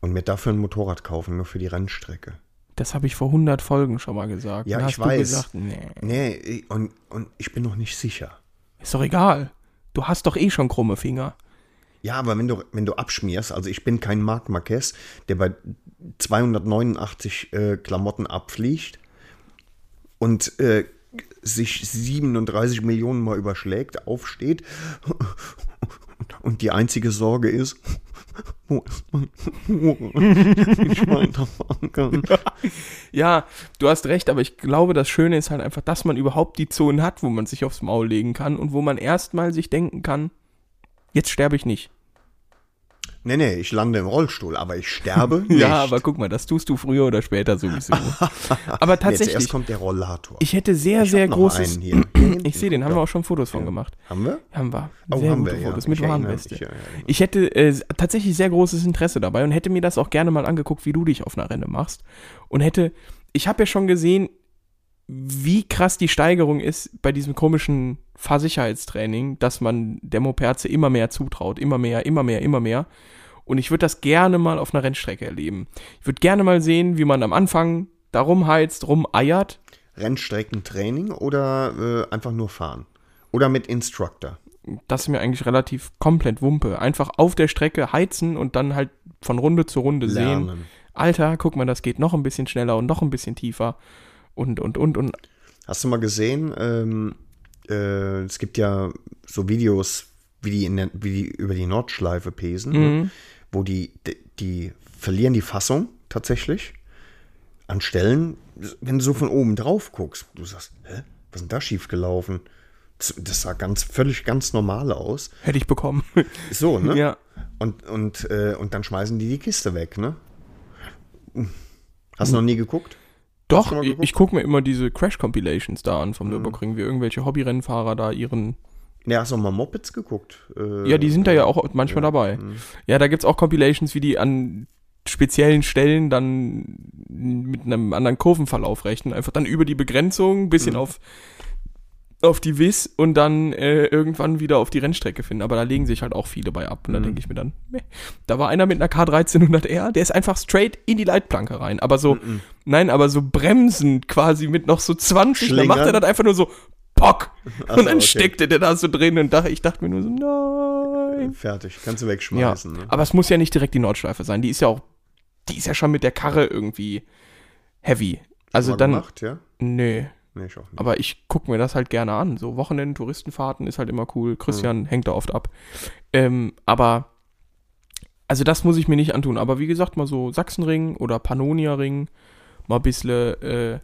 D: Und mir dafür ein Motorrad kaufen, nur für die Rennstrecke.
C: Das habe ich vor 100 Folgen schon mal gesagt.
D: Ja,
C: Und da
D: ich
C: hast
D: weiß.
C: Du gesagt, nee,
D: Nee, ich- und, und ich bin noch nicht sicher.
C: ist doch egal. Du hast doch eh schon krumme Finger.
D: Ja, aber wenn du, wenn du abschmierst, also ich bin kein Marc Marquez, der bei 289 äh, Klamotten abfliegt und äh, sich 37 Millionen Mal überschlägt, aufsteht und die einzige Sorge ist, Wo ist mein Ohren? Ich weiter kann.
C: Ja, du hast recht, aber ich glaube, das Schöne ist halt einfach, dass man überhaupt die Zonen hat, wo man sich aufs Maul legen kann und wo man erstmal sich denken kann, jetzt sterbe ich nicht.
D: Nee, nee, ich lande im Rollstuhl, aber ich sterbe nicht.
C: Ja, aber guck mal, das tust du früher oder später sowieso. aber
D: Jetzt erst
C: tatsächlich,
D: kommt der Rollator.
C: ich hätte sehr, sehr
D: noch
C: großes.
D: einen hier.
C: Ich sehe den, haben wir auch schon Fotos von gemacht.
D: Haben wir?
C: Haben wir.
D: Oh,
C: sehr
D: haben
C: gute
D: wir, ja.
C: Fotos
D: Ich
C: mit
D: erinnere mich,
C: Warnweste.
D: ja, ja, genau.
C: Ich hätte äh, tatsächlich sehr großes Interesse dabei und hätte mir das auch gerne mal angeguckt, wie du dich auf einer Renne machst. Und hätte, ich habe ja schon gesehen, wie krass die Steigerung ist bei diesem komischen Fahrsicherheitstraining, dass man der Moperze immer mehr zutraut, immer mehr, immer mehr, immer mehr. Und ich würde das gerne mal auf einer Rennstrecke erleben. Ich würde gerne mal sehen, wie man am Anfang da rumheizt, rumeiert.
D: Rennstreckentraining oder äh, einfach nur fahren? Oder mit Instructor?
C: das ist mir eigentlich relativ komplett Wumpe. Einfach auf der Strecke heizen und dann halt von Runde zu Runde sehen.
D: Lernen.
C: Alter, guck mal, das geht noch ein bisschen schneller und noch ein bisschen tiefer. Und, und, und, und.
D: Hast du mal gesehen, ähm, äh, es gibt ja so Videos, wie die, in der, wie die über die Nordschleife pesen,
C: Mhm.
D: ne? wo die, die, die verlieren die Fassung tatsächlich. An Stellen, wenn du so von oben drauf guckst, du sagst, hä, was ist denn da schiefgelaufen? Das, das sah ganz, völlig ganz normal aus.
C: Hätte ich bekommen.
D: Ist So, ne?
C: Ja.
D: Und, und, äh, und dann schmeißen die die Kiste weg, ne? Hast du noch nie geguckt?
C: Doch,
D: mal
C: ich,
D: geguckt? Mhm.
C: ich gucke mir immer diese Crash-Compilations da an vom Nürburgring, wie irgendwelche Hobbyrennfahrer da ihren.
D: Ne, hast du noch mal Mopeds geguckt? Äh, Mhm.
C: Ja, die sind da ja auch manchmal dabei. Ja, da gibt's auch Compilations, wie die an speziellen Stellen dann mit einem anderen Kurvenverlauf rechnen. Einfach dann über die Begrenzung,
D: Mhm.
C: bisschen auf, auf die Wiss und dann äh, irgendwann wieder auf die Rennstrecke finden. Aber da legen sich halt auch viele bei ab. Und
D: Mhm.
C: da denke ich mir dann, meh. da war einer mit einer K1300R, der ist einfach straight in die Leitplanke rein. Aber so,
D: Mhm.
C: nein, aber so bremsend quasi mit noch so 20, dann macht er
D: Schlingern.
C: das einfach nur so, Pock!
D: so,
C: und dann
D: okay.
C: steckte der da so drin und dachte, ich dachte mir nur so, nein.
D: äh, Fertig, kannst du
C: Ja,
D: wegschmeißen. Ne?
C: aber es muss ja nicht direkt die Nordschleife sein. Die ist ja auch, die ist ja schon mit der Karre irgendwie heavy. Also
D: Mal
C: dann,
D: Gemacht, ja?
C: nö.
D: Nee, ich auch nicht.
C: Aber ich gucke mir das halt gerne an. So Wochenenden, Touristenfahrten ist halt immer cool. Christian hängt da oft ab. Ähm, aber, also das muss ich mir nicht antun. Aber wie gesagt, mal so Sachsenring oder Pannonia-Ring, mal ein bisschen, äh,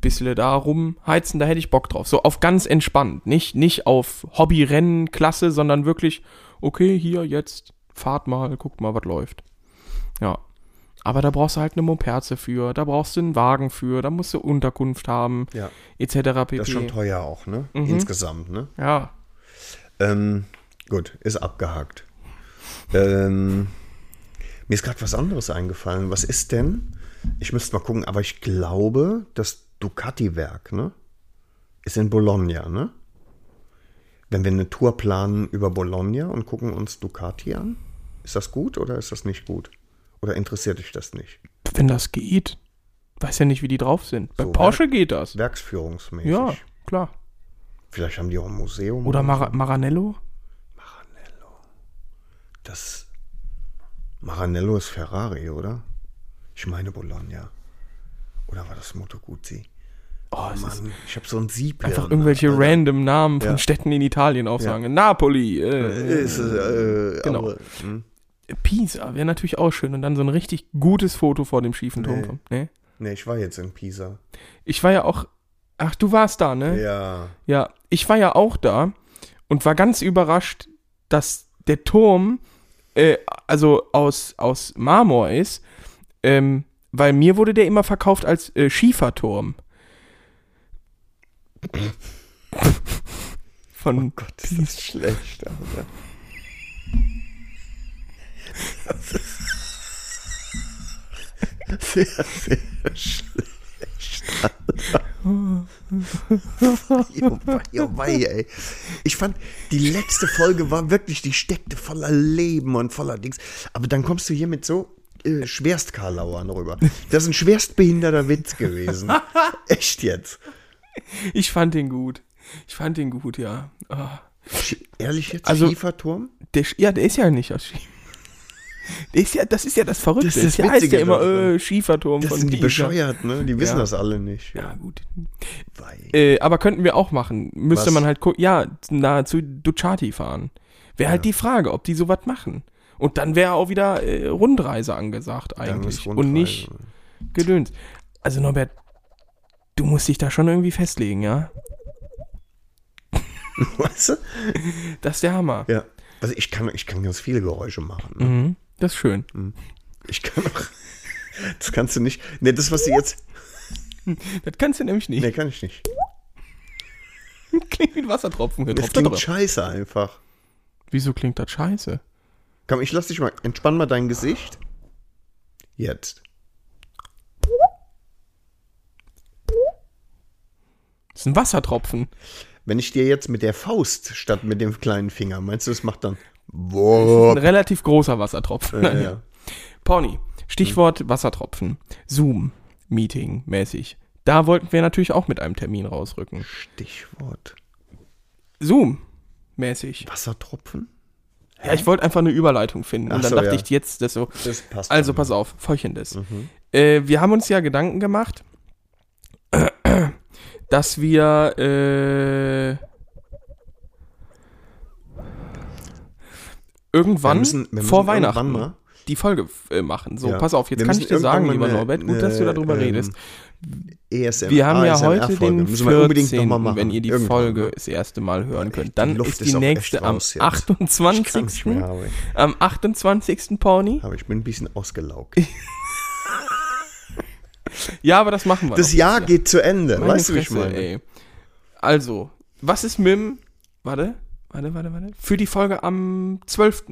C: bisschen da rumheizen, da hätte ich Bock drauf. So auf ganz entspannt. Nicht, nicht auf Hobby-Rennen-Klasse, sondern wirklich, okay, hier, jetzt, fahrt mal, guckt mal, was läuft. Ja. Aber da brauchst du halt eine Moperze für, da brauchst du einen Wagen für, da musst du Unterkunft haben,
D: Ja.
C: etc. pp.
D: Das ist schon teuer auch, ne?
C: Mhm.
D: Insgesamt, ne?
C: Ja.
D: Ähm, gut, ist abgehakt. Ähm, mir ist gerade was anderes eingefallen. Was ist denn? Ich müsste mal gucken, aber ich glaube, das Ducati-Werk, ne? Ist in Bologna, ne? Wenn wir eine Tour planen über Bologna und gucken uns Ducati an, ist das gut oder ist das nicht gut? Oder interessiert dich das nicht?
C: Wenn das geht. Weiß ja nicht, wie die drauf sind. Bei
D: So,
C: Porsche geht das.
D: Werksführungsmäßig.
C: Ja, klar.
D: Vielleicht haben die auch ein Museum.
C: Oder
D: so.
C: Mar Maranello?
D: Das Maranello ist Ferrari, oder? Ich meine Bologna. Oder war das Moto Guzzi?
C: Oh, es ist
D: Mann, ich habe so ein Sieb.
C: einfach irgendwelche random Namen von
D: Ja.
C: Städten in Italien aufsagen. Napoli, äh,
D: Ist, äh,
C: Genau.
D: Aber, hm?
C: Pisa wäre natürlich auch schön. Und dann so ein richtig gutes Foto vor dem schiefen Turm.
D: Nee.
C: Vom, nee?
D: Nee, ich war jetzt in Pisa.
C: Ich war ja auch. Ach, du warst da, ne?
D: Ja.
C: Ja, ich war ja auch da und war ganz überrascht, dass der Turm äh, also aus, aus Marmor ist, ähm, weil mir wurde der immer verkauft als äh, Schieferturm. Von Gott,
D: Das Oh ist schlecht, Alter. Das ist sehr, sehr schlecht. Alter. Jo, wei, ey. Ich fand, die letzte Folge war wirklich, die steckte voller Leben und voller Dings. Aber dann kommst du hier mit so äh, Schwerstkarlauern rüber. Das ist ein schwerstbehinderter Witz gewesen. Echt jetzt.
C: ich fand den gut. Ich fand den gut, ja. Ah.
D: Sch- Ehrlich jetzt,
C: Also-
D: Schieferturm?
C: Der, Sch- ja, der ist ja nicht aus Schiefer. Der ist ja, das ist ja das Verrückte.
D: Das ist das
C: ja, heißt ja
D: Witzige
C: immer
D: daran.
C: äh, Schieferturm
D: Das
C: von
D: sind die
C: Pisa.
D: bescheuert, ne? Die wissen
C: Ja.
D: das alle nicht.
C: Ja, gut.
D: Wei.
C: Äh, aber könnten wir auch machen. Müsste
D: Was?
C: man halt gucken. Ja, nahezu Ducati fahren. Wäre halt die Frage, ob die sowas machen. Und dann wäre auch wieder äh, Rundreise angesagt eigentlich.
D: ist
C: Und nicht gedöns. Also Norbert, du musst dich da schon irgendwie festlegen, ja?
D: Weißt du?
C: Das ist der Hammer.
D: Ja. Also ich kann, ich kann ganz viele Geräusche machen. Ne?
C: Mhm, das ist schön.
D: Hm. Ich kann auch. Das kannst du nicht. Ne, das, was du jetzt.
C: Das kannst du nämlich nicht.
D: Ne, kann ich nicht.
C: Klingt wie ein Wassertropfen.
D: Das
C: Getropft,
D: klingt
C: getropft.
D: scheiße einfach.
C: Wieso klingt das scheiße?
D: Komm, ich lass dich mal. Entspann mal dein Gesicht. Jetzt.
C: Das ist ein Wassertropfen.
D: Wenn ich dir jetzt mit der Faust statt mit dem kleinen Finger, meinst du, das macht dann.
C: Ein
D: Boah.
C: relativ großer Wassertropfen.
D: Ja, ja.
C: Pony, Stichwort
D: Mhm.
C: Wassertropfen. Zoom, Meeting mäßig. Da wollten wir natürlich auch mit einem Termin rausrücken.
D: Stichwort.
C: Zoom mäßig.
D: Wassertropfen?
C: Ja, ich wollte einfach eine Überleitung finden.
D: Ach
C: Und dann
D: so,
C: dachte
D: ja. Mhm.
C: ich jetzt, das so.
D: Das passt.
C: Also
D: dann.
C: pass auf, folgendes. Äh, wir haben uns ja Gedanken gemacht, dass wir äh, irgendwann
D: Wir müssen- wir
C: vor
D: müssen
C: Weihnachten
D: irgendwann mal-
C: die Folge äh, machen. So,
D: Ja.
C: pass auf, jetzt
D: Wir
C: kann
D: müssen
C: ich dir sagen,
D: irgendwann mal
C: lieber
D: eine-
C: Norbert, gut, dass du
D: eine,
C: darüber
D: ähm,
C: redest.
D: ESM,
C: Wir haben ja
D: ASMR
C: heute
D: Folge.
C: den
D: Müssen wir unbedingt noch
C: 14.
D: mal machen.
C: Wenn ihr die
D: Irgendwann
C: Folge
D: mal.
C: das erste Mal hören könnt,
D: die
C: dann
D: Luft
C: ist
D: ist
C: die
D: auch
C: nächste
D: echt
C: am
D: raus jetzt. Ich kann nicht
C: 28.
D: mehr, aber ich-
C: Am 28. Pony.
D: Aber ich bin ein bisschen ausgelaugt.
C: Ja, aber das machen wir.
D: Das
C: noch.
D: Jahr geht zu Ende.
C: Meine
D: weißt du, wie ich
C: Fresse,
D: meine?
C: ey. Also, was ist mit dem. Warte, warte, warte, warte. Für die Folge am 12.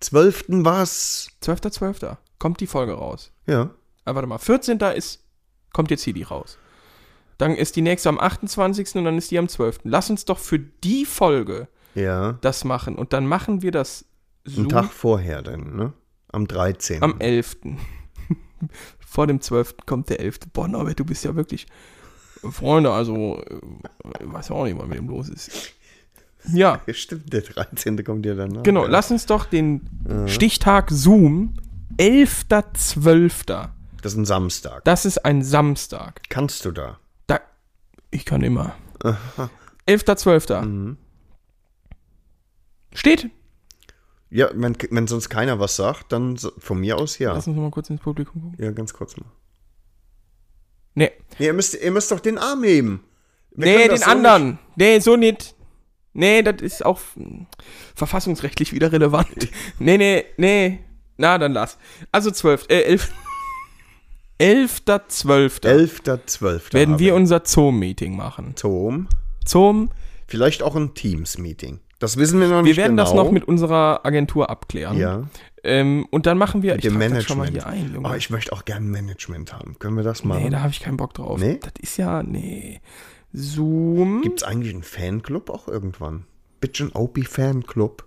D: 12. war's.
C: 12.12. kommt die Folge raus.
D: Ja.
C: Ah, warte mal, 14. ist. Kommt jetzt hier die raus. Dann ist die nächste am 28. und dann ist die am 12. Lass uns doch für die Folge
D: Ja.
C: das machen. Und dann machen wir das
D: Einen
C: Zoom
D: Tag vorher dann, ne? Am 13.
C: am 11. Vor dem 12. kommt der 11. Boah, Norbert, du bist ja wirklich. Freunde, also. äh, Ich weiß auch nicht, was mit dem los ist. Ja.
D: Ja, Stimmt, der 13. kommt ja danach.
C: Genau,
D: ja.
C: lass uns doch den Stichtag Zoom, 11.12.
D: Das ist ein Samstag.
C: Das ist ein Samstag.
D: Kannst du da?
C: Da, ich kann immer. 11.12.
D: Mhm.
C: Steht.
D: Ja, wenn, wenn sonst keiner was sagt, dann so- von mir aus ja.
C: Lass uns noch mal kurz ins Publikum gucken.
D: Ja, ganz kurz mal.
C: Nee,
D: Nee, ihr, müsst, ihr müsst doch den Arm heben. Wir
C: nee
D: können
C: den
D: das so
C: anderen. Nee, so nicht. Nee, das ist auch mm, verfassungsrechtlich wieder relevant. nee, nee, nee. Na, dann lass. Also 12. Äh, 11. 11.12.
D: Nicht.
C: werden
D: 11.12.
C: wir
D: habe ich.
C: unser Zoom-Meeting machen.
D: Tom.
C: Zoom
D: Vielleicht auch ein Teams-Meeting. Das wissen wir noch
C: Wir
D: nicht
C: werden
D: genau.
C: das noch mit unserer Agentur abklären.
D: Ja.
C: Ähm, und dann machen wir.
D: mit dem
C: trag
D: Management.
C: das schon mal hier ein, Junge.
D: oh, ich möchte auch gerne Management haben. Können wir das machen?
C: nee, da habe ich keinen Bock drauf.
D: Nee?
C: Das ist ja. Nee. Zoom.
D: Gibt es eigentlich einen Fanclub auch irgendwann? Bitch and Opie Fanclub.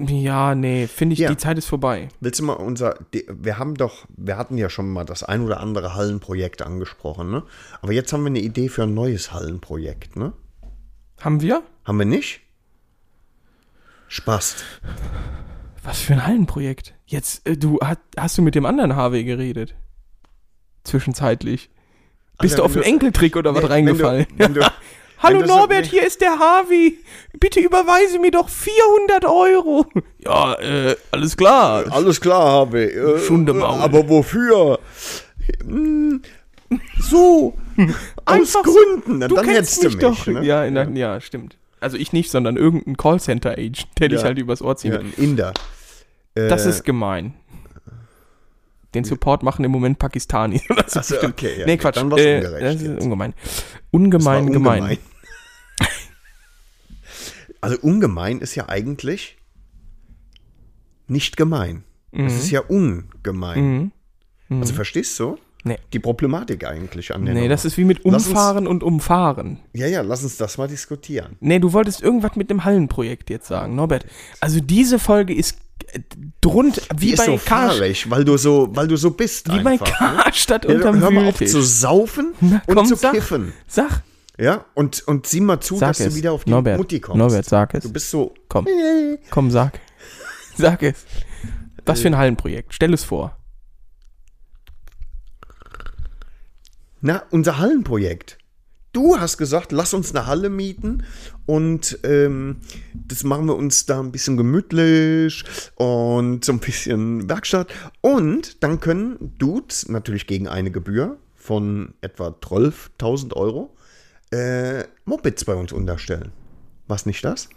C: Ja, nee. Finde ich,
D: Ja.
C: die Zeit ist vorbei.
D: Willst du mal unser. die- Wir haben doch. Wir hatten ja schon mal das ein oder andere Hallenprojekt angesprochen, ne? Aber jetzt haben wir eine Idee für ein neues Hallenprojekt, ne?
C: Haben wir?
D: Haben wir nicht? Spaß.
C: Was für ein Hallenprojekt. Jetzt, äh, du hat, hast du mit dem anderen HW geredet. Zwischenzeitlich. Bist
D: ja,
C: du auf
D: Also wenn
C: einen
D: du-
C: Enkeltrick oder was
D: Nee,
C: reingefallen?
D: Wenn du, wenn du,
C: Hallo
D: wenn du so-
C: Norbert,
D: nee.
C: hier ist der Harvey. Bitte überweise mir doch 400 Euro. Ja, äh, alles klar.
D: Alles klar, habe. Äh,
C: Schunde Maul.
D: Aber wofür? Hm, So. Aus
C: Einfach so.
D: Gründen. Dann,
C: du
D: dann
C: kennst mich,
D: hättest
C: doch.
D: ne?
C: Ja, in der, ja, stimmt. Also ich nicht, sondern irgendein Callcenter-Agent, der dich
D: Ja.
C: halt übers Ohr zieht.
D: Ja, ein Inder.
C: Das
D: Äh,
C: ist gemein. Den Support machen im Moment Pakistanis oder so.
D: Ach so,
C: bestimmt.
D: okay, ja,
C: nee,
D: gut,
C: Quatsch.
D: dann war's
C: äh,
D: ungerecht
C: das ist
D: jetzt.
C: ungemein.
D: Das war
C: Ungemein, gemein.
D: Also ungemein ist ja eigentlich nicht gemein.
C: Mhm.
D: Es ist ja ungemein. Also verstehst du?
C: Nee.
D: Die Problematik eigentlich an der
C: Nee,
D: Nummer.
C: das ist wie mit
D: Genau. Lass uns-
C: Umfahren und Umfahren.
D: Ja, ja, lass uns das mal diskutieren.
C: Nee, du wolltest irgendwas mit dem Hallenprojekt jetzt sagen, Norbert. Also diese Folge ist äh, drund, wie
D: Die ist
C: bei
D: so
C: Karsch,
D: fahrig, weil du so, weil du so bist
C: wie bei
D: einfach. ne?
C: Karstadt
D: Ja,
C: unterm
D: hör mal auf
C: Wühltisch.
D: zu saufen und
C: komm,
D: zu
C: sag.
D: kiffen.
C: Sag,
D: Ja, und, und sieh mal zu,
C: sag
D: dass
C: es.
D: du wieder auf die
C: Norbert,
D: Mutti kommst.
C: Norbert, sag es.
D: Du bist so,
C: Komm. Komm, sag. Sag es. Was
D: Äh.
C: für ein Hallenprojekt? Stell es vor.
D: na, unser Hallenprojekt. Du hast gesagt, lass uns eine Halle mieten und ähm, das machen wir uns da ein bisschen gemütlich und so ein bisschen Werkstatt. Und dann können Dudes natürlich gegen eine Gebühr von etwa 12.000 Euro äh, Mopeds bei uns unterstellen. Was nicht das?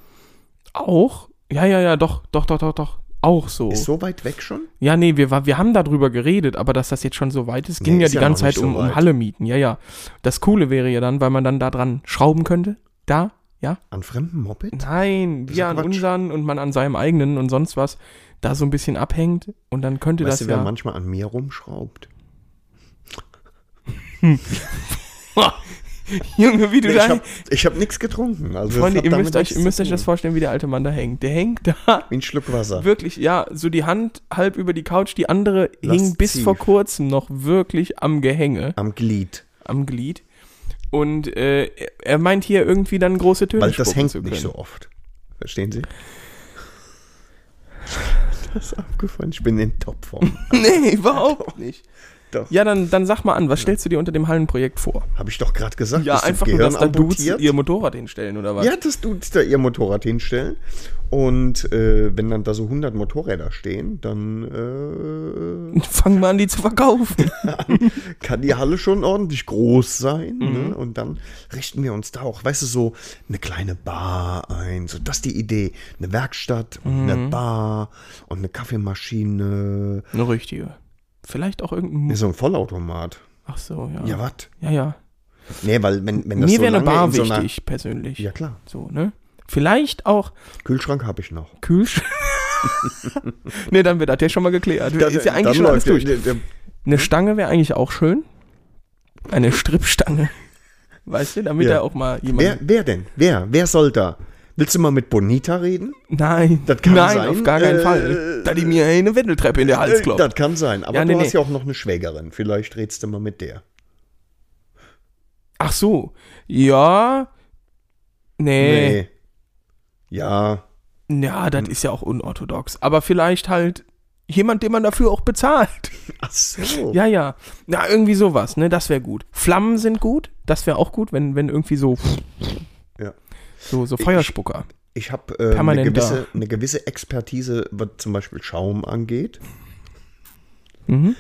C: Auch? Ja, ja, ja, doch, doch, doch, doch, doch. Auch so.
D: Ist so weit weg schon?
C: Ja, nee, wir, war- wir haben darüber geredet, aber dass das jetzt schon so weit ist, ging
D: Nee,
C: ja
D: ist
C: die
D: ja
C: ganze
D: noch
C: Zeit
D: nicht
C: um,
D: so
C: um
D: weit.
C: Halle mieten. Ja, ja. Das Coole wäre ja dann, weil man dann da dran schrauben könnte. Da, ja.
D: An fremdem Moped?
C: Nein,
D: ist
C: wir an
D: Quatsch.
C: unseren und man an seinem eigenen und sonst was da so ein bisschen abhängt und dann könnte
D: Weißt du,
C: das
D: wer
C: ja.
D: manchmal an mir rumschraubt?
C: Junge, wie du
D: Nee, ich
C: da.
D: habe hab nichts getrunken. Also das
C: Freunde,
D: hat
C: ihr
D: damit
C: müsst, euch,
D: nichts
C: ihr müsst
D: zu
C: euch das
D: tun.
C: vorstellen, wie der alte Mann da hängt. Der hängt da
D: Wie ein Schluck Wasser.
C: wirklich, ja, so die Hand halb über die Couch, die andere hing bis
D: Lasziv.
C: vor kurzem noch wirklich am Gehänge,
D: Am Glied.
C: am Glied. Und äh, er meint hier irgendwie dann große Töne
D: Weil das
C: spucken
D: hängt
C: zu
D: nicht
C: können.
D: so oft. Verstehen Sie? Das ist abgefallen. Ich bin in Topform.
C: Nee, überhaupt nicht.
D: Doch.
C: Ja, dann, dann sag mal an, was stellst du dir unter dem Hallenprojekt vor?
D: Habe ich doch gerade gesagt.
C: Ja,
D: ist das
C: einfach nur,
D: Gehirn
C: dass da Dudes
D: amputiert?
C: ihr Motorrad hinstellen oder was?
D: Ja, das tut da ihr Motorrad hinstellen. Und äh, wenn dann da so 100 Motorräder stehen, dann
C: Fangen wir an, die zu verkaufen.
D: äh, kann die Halle schon ordentlich groß sein.
C: Mhm.
D: Ne? Und dann richten wir uns da auch, weißt du, so eine kleine Bar ein. So, das ist die Idee. Eine Werkstatt und
C: Mhm.
D: eine Bar und eine Kaffeemaschine.
C: Eine richtige. Vielleicht auch irgendein.
D: Ja,
C: Mu-
D: so ein Vollautomat.
C: Ach so, ja.
D: Ja, was?
C: ja. ja.
D: Nee, weil wenn, wenn das
C: Mir
D: so
C: wäre eine
D: lange
C: Bar
D: in so einer,
C: wichtig, persönlich.
D: Ja, klar.
C: So, ne? Vielleicht auch
D: Kühlschrank habe ich noch.
C: Kühlschrank. ne, dann wird das ja schon mal geklärt. ist ja eigentlich schon alles durch. Eine Stange wäre eigentlich auch schön. Eine Strippstange. Weißt du, damit
D: Ja.
C: da auch mal jemand.
D: Wer, wer denn? Wer? Wer soll da? Willst du mal mit Bonita reden?
C: Nein,
D: Das kann
C: nein,
D: sein.
C: auf gar keinen
D: Äh,
C: Fall. Da die mir eine Wendeltreppe in der Hals klopft.
D: das kann sein. Aber
C: Ja, nee,
D: du hast
C: nee.
D: ja auch noch eine Schwägerin. Vielleicht redst du mal mit der.
C: Ach so. Ja. Nee.
D: Ja,
C: Ja, das
D: Hm.
C: ist ja auch unorthodox. Aber vielleicht halt jemand, den man dafür auch bezahlt.
D: ach so.
C: Ja, ja. Na, irgendwie sowas, ne? Das wäre gut. Flammen sind gut. Das wäre auch gut, wenn, wenn irgendwie so,
D: Ja.
C: so, so Feuerspucker.
D: Ich habe äh, eine,
C: Permanent
D: gewisse, eine gewisse Expertise, was zum Beispiel Schaum angeht.
C: Mhm.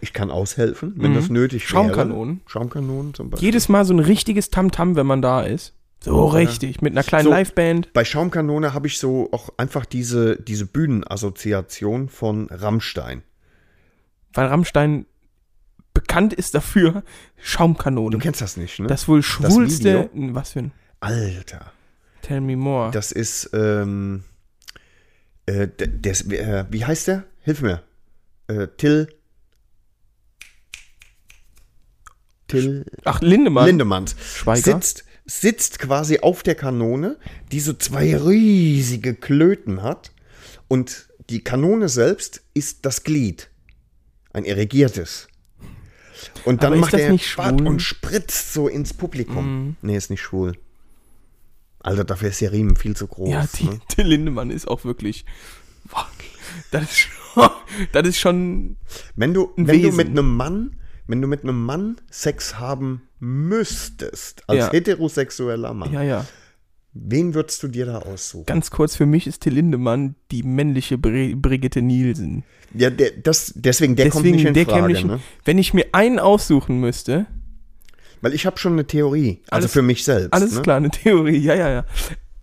D: Ich kann aushelfen, wenn das nötig wäre.
C: Schaumkanonen.
D: Schaumkanonen zum Beispiel.
C: Jedes Mal so ein richtiges Tamtam, wenn man da ist. So richtig. Mit einer kleinen
D: So.
C: Liveband.
D: Bei Schaumkanone habe ich so auch einfach diese, diese Bühnenassoziation von Rammstein.
C: Weil Rammstein bekannt ist dafür,
D: Du
C: Schaumkanonen.
D: kennst das nicht, ne?
C: das wohl schwulste. was für ein.
D: Alter.
C: Tell me more.
D: Das ist, ähm, äh, der, der ist, äh, wie heißt der? Hilf mir. Äh, Till. Till
C: Ach, Lindemann.
D: Lindemanns.
C: Schweiger?
D: Sitzt, sitzt quasi auf der Kanone, die so zwei riesige Klöten hat. Und die Kanone selbst ist das Glied. Ein erregiertes. Und dann
C: Aber ist
D: macht
C: das
D: er
C: nicht
D: Spart
C: schwul? Mhm.
D: und spritzt so ins Publikum. Nee, ist nicht schwul. Alter, dafür ist der Riemen viel zu groß.
C: Ja, die,
D: ne?
C: Till Lindemann ist auch wirklich. Boah, das ist schon. Das ist schon
D: Wenn du,
C: ein
D: wenn du
C: Wesen.
D: mit einem Mann, wenn du mit einem Mann Sex haben müsstest, als
C: Ja.
D: heterosexueller Mann,
C: ja, ja.
D: wen würdest du dir da aussuchen?
C: Ganz kurz, für mich ist Till Lindemann die männliche Bri Brigitte Nielsen.
D: Ja, der, das, deswegen, der kommt
C: Deswegen,
D: nicht in
C: der
D: Frage.
C: käme nicht.
D: ne?
C: Wenn ich mir einen aussuchen müsste,
D: Weil ich habe schon eine Theorie, also
C: Alles-
D: für mich selbst.
C: alles
D: ne?
C: klar, eine Theorie, ja, ja, ja.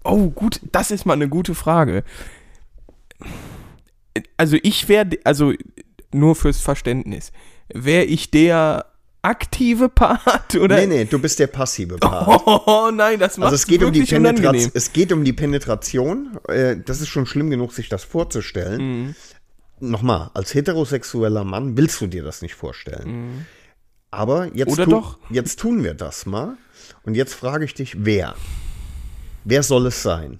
C: Oh, gut, das ist mal eine gute Frage. Also ich wäre, also nur fürs Verständnis, wäre ich der aktive Part oder?
D: Nee, nee, du bist der passive Part.
C: Oh nein, das macht
D: Also es geht, um die
C: wirklich
D: Penetration,
C: unangenehm.
D: es geht um die Penetration. Äh, Das ist schon schlimm genug, sich das
C: Mhm.
D: vorzustellen. Nochmal, als heterosexueller Mann willst du dir das nicht vorstellen. Aber jetzt,
C: Mhm. Oder doch.
D: jetzt tun wir das mal. Und jetzt frage ich dich, wer? Wer soll es sein?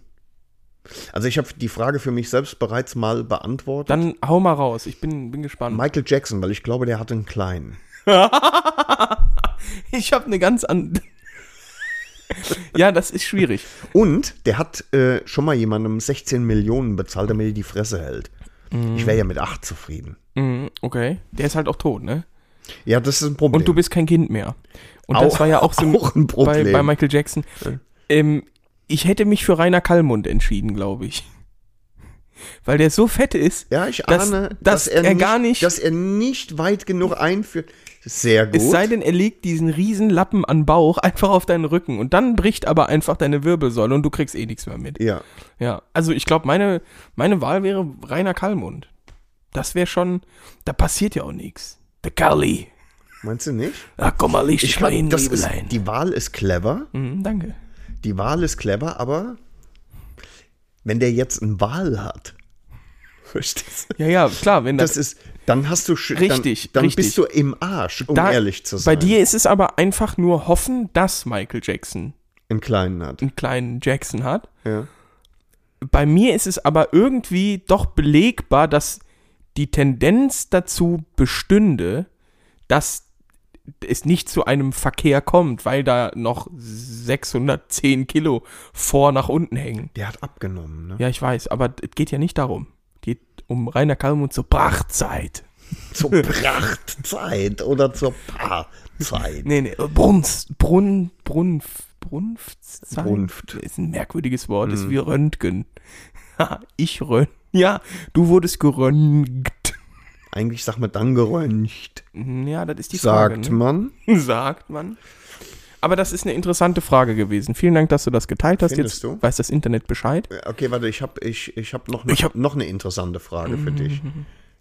D: Also ich habe die Frage für mich selbst bereits mal beantwortet.
C: Dann hau mal raus, ich bin, bin gespannt.
D: Michael Jackson, weil ich glaube, der hatte einen kleinen.
C: Ich habe eine ganz andere. ja, das ist schwierig.
D: Und der hat äh, schon mal jemandem 16 Millionen bezahlt, damit er die Fresse hält. Ich wäre ja mit 8 zufrieden.
C: Mhm, okay, der ist halt auch tot, ne?
D: Ja, das ist ein Problem.
C: Und du bist kein Kind mehr. Und
D: Au-
C: das war ja auch so
D: auch ein
C: bei,
D: Problem.
C: bei Michael Jackson. Ähm, ich hätte mich für Rainer Kallmund entschieden, glaube ich. Weil der so fett ist.
D: ja, ich
C: dass-
D: ahne,
C: dass er
D: nicht,
C: gar nicht-
D: dass er nicht weit genug einführt. Sehr gut.
C: Es sei denn, er legt diesen riesen Lappen an Bauch einfach auf deinen Rücken und dann bricht aber einfach deine Wirbelsäule und du kriegst eh nichts mehr mit.
D: ja.
C: Ja, also ich glaube, meine, meine Wahl wäre Rainer Kallmund. Das wäre schon, da passiert ja auch nichts. Der Kalli.
D: Meinst du nicht?
C: Ah, komm mal, licht dich mal
D: glaub,
C: hin,
D: das ist,
C: Liebelein.
D: die Wahl ist clever.
C: Mhm, danke.
D: Die Wahl ist clever, aber wenn der jetzt eine Wahl hat, verstehst du?
C: Ja, ja, klar, wenn das,
D: Das ist, dann hast du sch-
C: Richtig,
D: dann, dann
C: richtig.
D: bist du im Arsch, um
C: da-
D: ehrlich zu sein.
C: Bei dir ist es aber einfach nur hoffen, dass Michael Jackson
D: im Kleinen hat.
C: einen kleinen Jackson hat.
D: Ja.
C: Bei mir ist es aber irgendwie doch belegbar, dass die Tendenz dazu bestünde, dass es nicht zu einem Verkehr kommt, weil da noch 610 Kilo vor nach unten hängen.
D: Der hat abgenommen, ne?
C: Ja, ich weiß, aber es geht ja nicht darum. Geht um Rainer Kalmund zur Prachtzeit.
D: Zur Prachtzeit oder zur Paarzeit.
C: Nee, nee, Brunst, Brunn, Brunf, Brunftzeit.
D: Brunft. Hm.
C: Ist ein merkwürdiges Wort, ist wie Röntgen. Ha, ich röntgen. Ja, du wurdest geröntgt. Hm,
D: Eigentlich sagt man dann geröntgt,
C: Ja, das ist die
D: sagt
C: Frage.
D: man.
C: Ne? Sagt man. Aber das ist eine interessante Frage gewesen. Vielen Dank, dass du das geteilt hast. Jetzt
D: Findest du?
C: weiß das Internet Bescheid.
D: Okay, warte, ich habe ich, ich hab noch, ne-
C: Ich hab- Mhm.
D: noch eine interessante Frage für dich.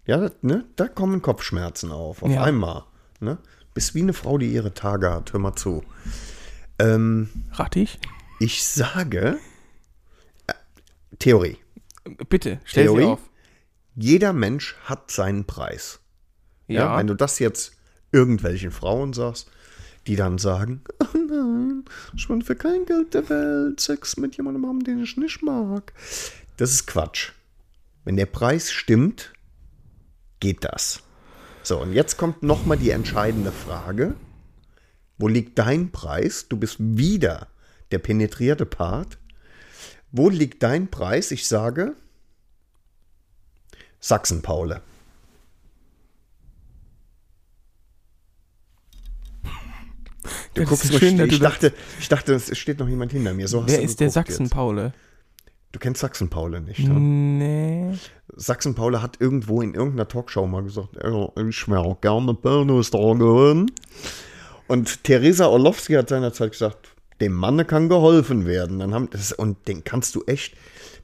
D: Ja, ne, da kommen Kopfschmerzen auf, auf
C: Ja.
D: einmal. Ne? Bist wie eine Frau, die ihre Tage hat, hör mal zu. Ähm,
C: Rate ich?
D: ich sage, äh, Theorie,
C: Bitte, stell
D: Theorie?
C: sie auf.
D: jeder Mensch hat seinen Preis. Ja.
C: Ja,
D: wenn du das jetzt irgendwelchen Frauen sagst, die dann sagen, oh nein, ich will für kein Geld der Welt Sex mit jemandem haben, den ich nicht mag. Das ist Quatsch. Wenn der Preis stimmt, geht das. So, und jetzt kommt nochmal die entscheidende Frage. Wo liegt dein Preis? Du bist wieder der penetrierte Part. Wo liegt dein Preis? Ich sage Sachsen-Paule. Du
C: Das
D: guckst
C: ist
D: mich,
C: schön, dass du
D: ich,
C: das-
D: dachte, ich dachte, es steht noch jemand hinter mir. So hast
C: wer
D: du
C: ist der Mhm.
D: geguckt jetzt.
C: Sachsen-Paule?
D: Du kennst Sachsen-Paule nicht. Ja?
C: Nee.
D: Sachsen-Paule hat irgendwo in irgendeiner Talkshow mal gesagt, "Ja, ich wäre auch gerne Bildungsdrogerin. Und Theresa Orlowski hat seinerzeit gesagt, dem Manne kann geholfen werden. Dann haben, das, und den kannst du echt,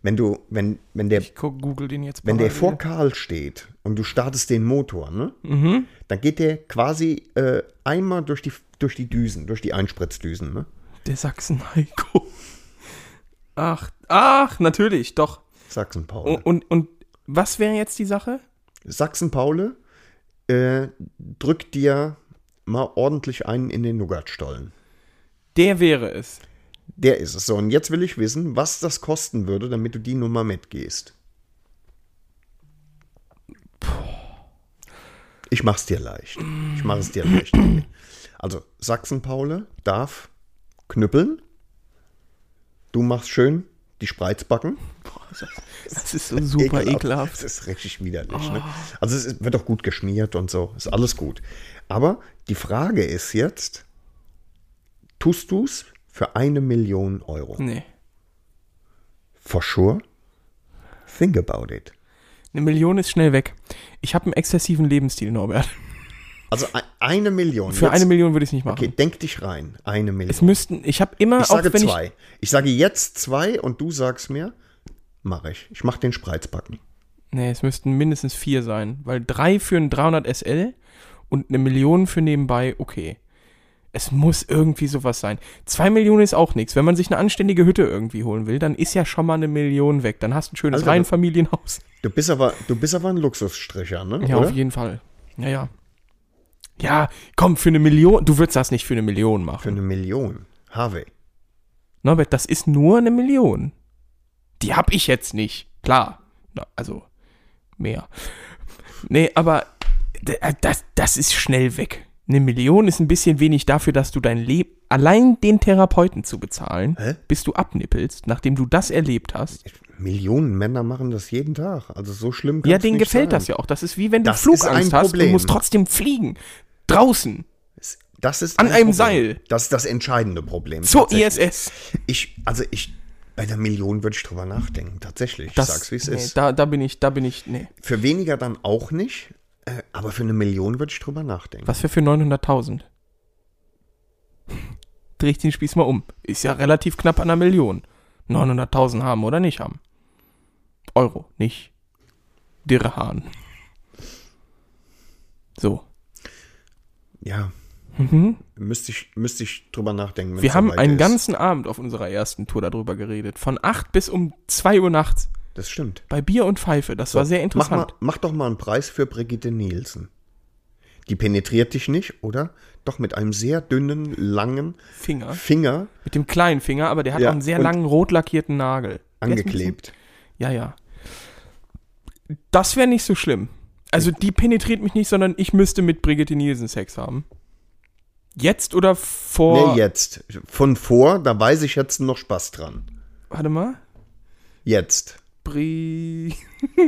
D: wenn du, wenn, wenn der,
C: Ich guck, google den jetzt
D: wenn der
C: parallel.
D: vor Karl steht und du startest den Motor, ne?
C: Mhm.
D: Dann geht der quasi äh, einmal durch die, durch die Düsen, durch die Einspritzdüsen, ne?
C: Der Sachsen-Heiko. Ach, ach, natürlich, doch.
D: Sachsen-Paule.
C: Und, und, und was wäre jetzt die Sache?
D: Sachsen-Paule äh, drückt dir mal ordentlich einen in den Nougatstollen.
C: Der wäre es.
D: Der ist es so. Und jetzt will ich wissen, was das kosten würde, damit du die Nummer mitgehst. Ich mach's dir leicht. Ich mach es dir leicht. Also, Sachsen-Paule darf knüppeln. Du machst schön die Spreizbacken.
C: Das ist so super
D: Das
C: ekelhaft. Oh.
D: ist richtig widerlich. Ne? Also, es ist- wird auch gut geschmiert und so. Ist alles gut. Aber die Frage ist jetzt: Tust du's für eine Million Euro?
C: Nee.
D: For sure. Think about it.
C: Eine Million ist schnell weg. Ich habe einen exzessiven Lebensstil, Norbert.
D: Also e- eine Million.
C: Für eine Million würde ich es nicht machen.
D: Okay, denk dich rein. Eine
C: Es
D: Million.
C: müssten, ich habe immer,
D: Ich sage
C: auch wenn
D: zwei. Ich, sage jetzt zwei und du sagst mir, mache ich. Ich mache den Spreizbacken.
C: ich, nee, es müssten mindestens vier sein, weil drei für ein 300 SL und eine Million für nebenbei, okay. Es muss irgendwie sowas sein. Zwei Millionen ist auch nichts. Wenn man sich eine anständige Hütte irgendwie holen will, dann ist ja schon mal eine Million weg. Dann hast du ein schönes
D: Alter, du-
C: Reihenfamilienhaus.
D: Du bist aber, du bist aber ein Luxusstricher, ne?
C: Ja,
D: Oder?
C: auf jeden Fall. Ja, ja. Ja, komm, für eine Million, du würdest das nicht für eine Million
D: Für
C: machen.
D: eine Million. Harvey.
C: Norbert, das ist nur eine Million. Die hab ich jetzt nicht. Klar. Na, also, mehr. Nee, aber d- äh, das, das ist schnell weg. Eine Million ist ein bisschen wenig dafür, dass du dein Leben, allein den Therapeuten zu bezahlen,
D: Hä?
C: bis du abnippelst, nachdem du das erlebt hast.
D: Millionen Männer machen das jeden Tag. Also so schlimm
C: Ja,
D: kann's
C: denen
D: nicht
C: gefällt
D: sein.
C: das ja auch. Das ist wie wenn du
D: Das ist ein
C: Flugangst hast, du
D: Problem.
C: musst trotzdem fliegen. Draußen.
D: Das ist
C: An
D: ein
C: einem
D: Problem.
C: Seil.
D: Das ist das entscheidende Problem.
C: Zur E
D: tatsächlich.
C: ISS.
D: Ich, also ich, bei einer Million würde ich drüber nachdenken, tatsächlich. Ich sag's, wie es
C: nee,
D: ist.
C: Da, da bin ich, da bin ich, nee.
D: Für weniger dann auch nicht, äh, aber für eine Million würde ich drüber nachdenken.
C: Was wäre für 900.000? Dreh ich den Spieß mal um. Ist ja relativ knapp an einer Million. 900.000 haben oder nicht haben. Euro, nicht Dirham. So.
D: Ja. Müsste, ich, müsste ich drüber nachdenken. wenn's
C: Mhm. Wir haben
D: soweit
C: einen
D: ist.
C: ganzen Abend auf unserer ersten Tour darüber geredet. Von 8 bis um 2 Uhr nachts.
D: Das stimmt.
C: Bei Bier und Pfeife. Das war sehr
D: Mach,
C: interessant.
D: mal, mach doch mal einen Preis für Brigitte Nielsen. Die penetriert dich nicht, oder? Doch mit einem sehr dünnen, langen
C: Finger.
D: Finger
C: Mit dem kleinen Finger, aber der hat
D: Ja,
C: noch einen sehr
D: und-
C: langen, rot lackierten Nagel. Der ist ein bisschen-
D: angeklebt.
C: Ja, ja. Das wäre nicht so schlimm. Also die penetriert mich nicht, sondern ich müsste mit Brigitte Nielsen Sex haben. Jetzt oder vor...
D: Nee, jetzt. Von vor, da weiß ich jetzt noch Spaß dran.
C: Warte mal.
D: Jetzt.
C: Bri...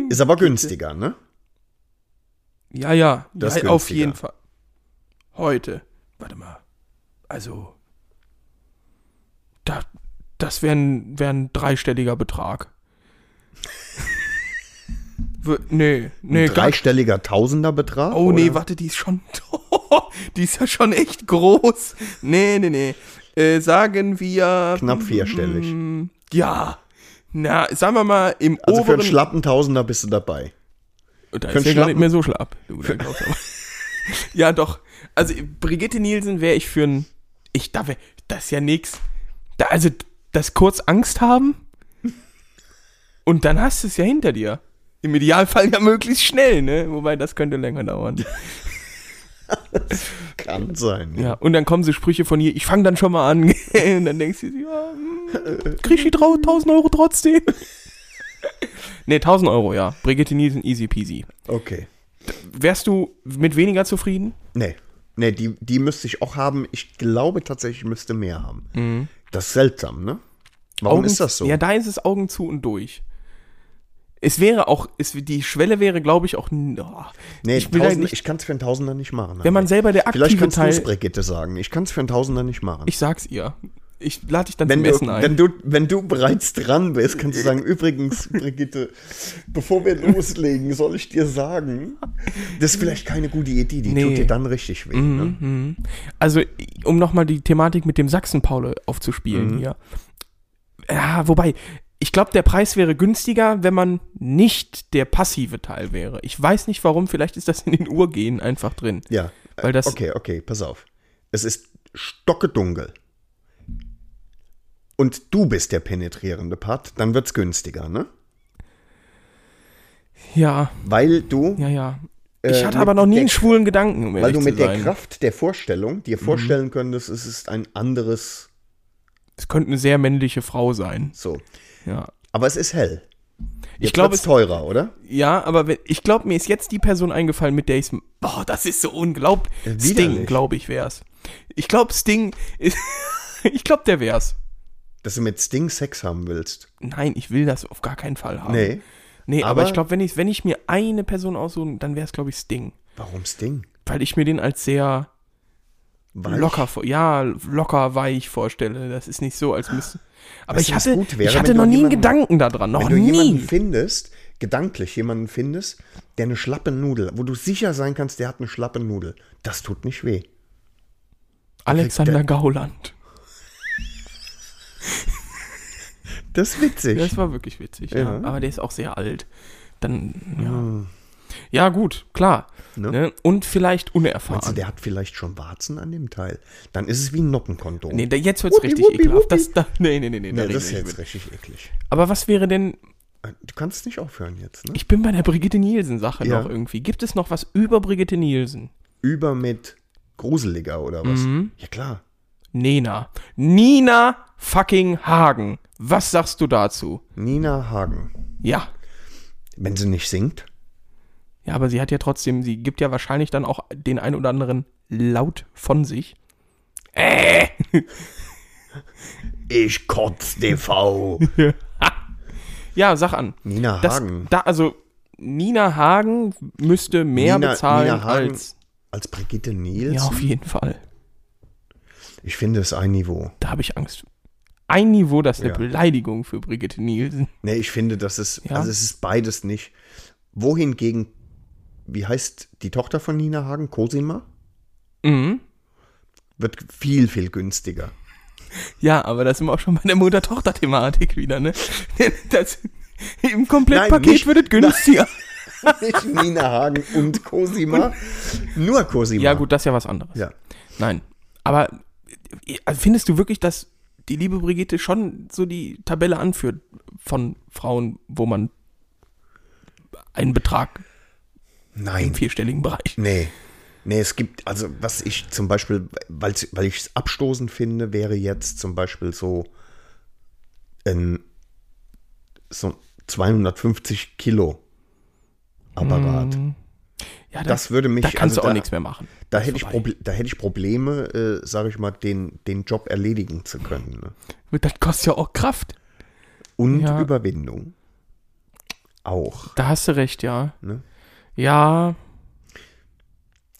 D: Ist aber günstiger, ne?
C: Ja, ja.
D: Das ist
C: ja auf
D: günstiger.
C: jeden Fall. Heute. Warte mal. Also... Da, das wäre ein, wär ein dreistelliger Betrag. W- nee, nee,
D: Ein
C: gar
D: dreistelliger Tausenderbetrag?
C: Oh nee,
D: oder?
C: warte, die ist schon. die ist ja schon echt groß. Nee, nee, nee. Äh, sagen wir.
D: Knapp vierstellig.
C: mm, Ja. Na, sagen wir mal im
D: Also für
C: oberen.
D: einen schlappen Tausender bist du dabei.
C: da
D: für
C: ist ja
D: einen
C: gar nicht
D: Schlappen-
C: mehr so schlapp. Du, der glaubt aber. ja, doch. Also Brigitte Nielsen wäre ich für ein. Ich da wär, das ist ja nix. Da, also das kurz Angst haben und dann hast du es ja hinter dir. Im Idealfall ja möglichst schnell, ne? Wobei das könnte länger dauern.
D: Kann sein.
C: Ja, und dann kommen so Sprüche von ihr, ich fange dann schon mal an. und dann denkst du, dir, ja, hm, krieg ich die drau- 1000 Euro trotzdem? nee, 1000 Euro, ja. Brigitte Nielsen, easy peasy.
D: Okay.
C: Wärst du mit weniger zufrieden?
D: Nee. Nee, die, die müsste ich auch haben. Ich glaube tatsächlich, ich müsste mehr haben. Das ist seltsam, ne? Warum
C: Augen-
D: ist das so?
C: Mhm. Ja, da ist es Augen zu und durch. Es wäre auch, es, die Schwelle wäre, glaube ich, auch, n- oh,
D: Nee,
C: ich will da
D: Tausender-
C: nicht,
D: ich kann es für einen Tausender nicht machen.
C: wenn man selber der
D: Vielleicht
C: aktive
D: kannst du es
C: Teil,
D: Brigitte sagen. Ich kann es für einen Tausender nicht machen.
C: ich sag's ihr. Ich lade dich dann
D: wenn,
C: zum
D: du,
C: Essen ein.
D: wenn, du, wenn du bereits dran bist, kannst du sagen, übrigens, Brigitte, bevor wir loslegen, soll ich dir sagen, das ist vielleicht keine gute Idee, die
C: Nee.
D: tut dir dann richtig weh. Ne?
C: Also, um nochmal die Thematik mit dem Sachsen-Paule aufzuspielen
D: Mhm.
C: hier. Ja, wobei, ich glaube, der Preis wäre günstiger, wenn man nicht der passive Teil wäre. Ich weiß nicht warum, vielleicht ist das in den Urgehen einfach drin.
D: Ja,
C: Weil das-
D: okay, okay, pass auf. Es ist stockedunkel. Und du bist der penetrierende Part, dann wird's günstiger, ne?
C: Ja,
D: Weil du
C: ja, ja.
D: Äh,
C: Ich hatte
D: mit
C: aber noch nie
D: der-
C: einen schwulen Gedanken, um
D: Weil
C: ehrlich
D: du
C: zu
D: mit der
C: sein. Mhm.
D: Kraft der Vorstellung dir vorstellen könntest, es ist ein anderes
C: Es könnte eine sehr männliche Frau sein.
D: so.
C: Ja.
D: Aber es ist hell.
C: Ich glaube,
D: es
C: es
D: ist teurer, oder?
C: Ja, aber wenn, ich glaube, mir ist jetzt die Person eingefallen, mit der ich Boah, das ist so unglaublich.
D: Äh, widerlich.
C: Sting, glaube ich, wär's. Ich glaube, Sting ist. ich glaube, der wär's.
D: Dass du mit Sting Sex haben willst.
C: Nein, ich will das auf gar keinen Fall haben.
D: Nee.
C: Nee, aber,
D: aber-
C: ich glaube, wenn ich, wenn ich mir eine Person aussuche, dann wäre es, glaube ich, Sting.
D: Warum Sting?
C: Weil ich mir den als sehr
D: Weil
C: locker, vor- ja, locker weich vorstelle. Das ist nicht so, als müsste. Aber
D: Ah.
C: ich
D: Weißt du, was
C: hatte,
D: gut wäre,
C: ich hatte
D: wenn du
C: noch nie einen
D: jemanden-
C: Gedanken daran. Noch
D: Wenn du jemanden
C: Oh, nie.
D: findest, gedanklich jemanden findest, der eine schlappe Nudel, wo du sicher sein kannst, der hat eine schlappe Nudel. Das tut nicht weh.
C: Alexander Gauland.
D: Das ist witzig.
C: Das war wirklich witzig, ja. Aber der ist auch sehr alt. Dann, ja. Ja, gut, klar.
D: Ah. Ne?
C: Ne? Und vielleicht unerfahren.
D: Meinst du, der hat vielleicht schon Warzen an dem Teil? Dann ist es wie ein Noppenkondom.
C: nee, da, jetzt wird's
D: Wuppi,
C: richtig
D: wuppi,
C: ekelhaft.
D: wuppi.
C: Das, da, nee, nee, nee, nee, da
D: nee
C: rede ich
D: das ist
C: nicht mit.
D: jetzt richtig eklig. Äh,
C: Aber was wäre denn
D: Du kannst nicht aufhören jetzt, ne?
C: Ich bin bei der Brigitte Nielsen-Sache
D: Ja.
C: noch irgendwie. Gibt es noch was über Brigitte Nielsen?
D: über mit gruseliger oder was?
C: Mhm.
D: Ja klar.
C: Nena. Nina fucking Hagen. Was sagst du dazu?
D: Nina Hagen.
C: Ja.
D: Wenn sie nicht singt,
C: Ja, aber sie hat ja trotzdem, sie gibt ja wahrscheinlich dann auch den ein oder anderen laut von sich. Äh!
D: ich kotz TV.
C: Ja, sag an.
D: Nina
C: Das,
D: Hagen.
C: da, also, Nina Hagen müsste mehr
D: Nina-
C: bezahlen
D: Nina Hagen-
C: als
D: als Brigitte Nielsen?
C: Ja, auf jeden Fall.
D: Ich finde es ein Niveau.
C: Da habe ich Angst. Ein Niveau, das ist eine
D: Ja.
C: Beleidigung für Brigitte Nielsen.
D: Nee, ich finde, das ist,
C: Ja.
D: also es ist beides nicht. Wohingegen, wie heißt die Tochter von Nina Hagen? Cosima?
C: Mhm.
D: Wird viel, viel günstiger.
C: Ja, aber da sind wir auch schon bei der Mutter-Tochter-Thematik wieder, ne? Das, Im
D: Nein,
C: Komplettpaket
D: nicht-
C: wird es günstiger.
D: nicht Nina Hagen und Cosima, nur Cosima.
C: Ja, gut, das ist ja was anderes.
D: Ja.
C: Nein. Aber äh, also findest du wirklich, dass die liebe Brigitte schon so die Tabelle anführt von Frauen, wo man einen Betrag im
D: Nein.
C: vierstelligen Bereich.
D: Nee. Nee, es gibt, also was ich zum Beispiel, weil's, weil ich es abstoßend finde, wäre jetzt zum Beispiel so ein so 250 Kilo Apparat.
C: Mhm. Ja, da,
D: Das würde mich.
C: da kannst du
D: also
C: auch
D: da-
C: nichts mehr machen.
D: Da
C: Ist
D: hätte, ich
C: vorbei.
D: Proble- da hätte ich Probleme, äh, sage ich mal, den, den Job erledigen zu können. Ne?
C: Das kostet ja auch Kraft.
D: Und
C: Ja.
D: Überwindung. Auch.
C: Da hast du recht, ja.
D: Ne?
C: Ja,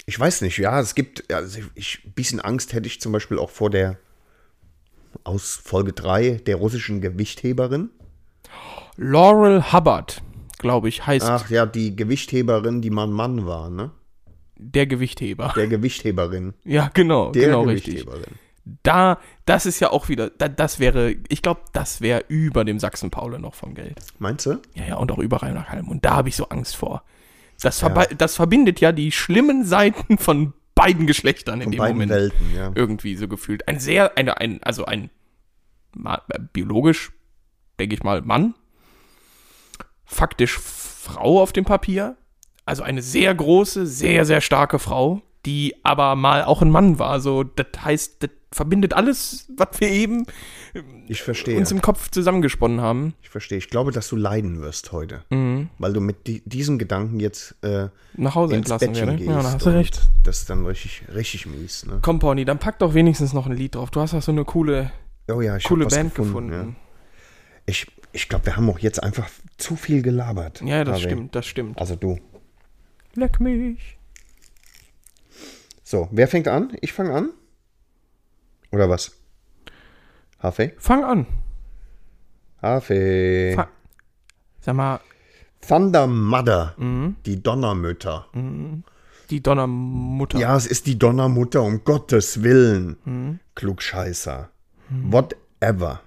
D: Ich weiß nicht, ja, es gibt, also ich, ein bisschen Angst hätte ich zum Beispiel auch vor der, aus Folge 3, der russischen Gewichtheberin.
C: Laurel Hubbard, glaube ich, heißt
D: Ach ja, die Gewichtheberin, die mein Mann war, ne?
C: der Gewichtheber.
D: Der Gewichtheberin.
C: ja, genau,
D: Der
C: genau richtig.
D: Gewichtheberin.
C: Da, das ist ja auch wieder, da, das wäre, ich glaube, das wäre über dem Sachsen-Paule noch vom Geld.
D: Meinst du?
C: Ja, ja, und auch über Rhein-Halm. Und da habe ich so Angst vor. Das, verbe- das verbindet ja die schlimmen Seiten von beiden Geschlechtern in
D: Von
C: dem
D: beiden
C: Moment. Äh,
D: Welten, ja.
C: Irgendwie so gefühlt. Ein sehr, eine, ein, also ein ma- äh, biologisch, denke ich mal, Mann. Faktisch Frau auf dem Papier. Also eine sehr große, sehr, sehr starke Frau, die aber mal auch ein Mann war. So, das heißt, das verbindet alles, was wir eben
D: Ich verstehe.
C: uns im Kopf zusammengesponnen haben.
D: Ich verstehe. Ich glaube, dass du leiden wirst heute.
C: Mhm.
D: Weil du mit di diesem Gedanken jetzt äh,
C: Nach Hause
D: ins
C: entlassen
D: Bettchen
C: werde.
D: gehst.
C: Ja, da hast du
D: und
C: recht.
D: Das ist dann richtig, richtig mies, ne?
C: Komm, Pony, dann pack doch wenigstens noch ein Lied drauf. Du hast doch so eine coole,
D: Oh ja, ich hab
C: coole
D: was
C: Band
D: gefunden.
C: gefunden.
D: Ja. Ich, ich glaube, wir haben auch jetzt einfach zu viel gelabert.
C: Ja, das
D: Harvey.
C: stimmt, das stimmt.
D: Also du.
C: Leck mich.
D: So, wer fängt an? Ich fange an? Oder was? Hafe?
C: Fang an.
D: Hafe.
C: Fa- Sag mal,
D: Thunder Mother.
C: Mhm.
D: Die Donnermütter.
C: die Donnermutter.
D: Ja, es ist die Donnermutter, um Gottes Willen.
C: Mhm.
D: Klugscheißer. Whatever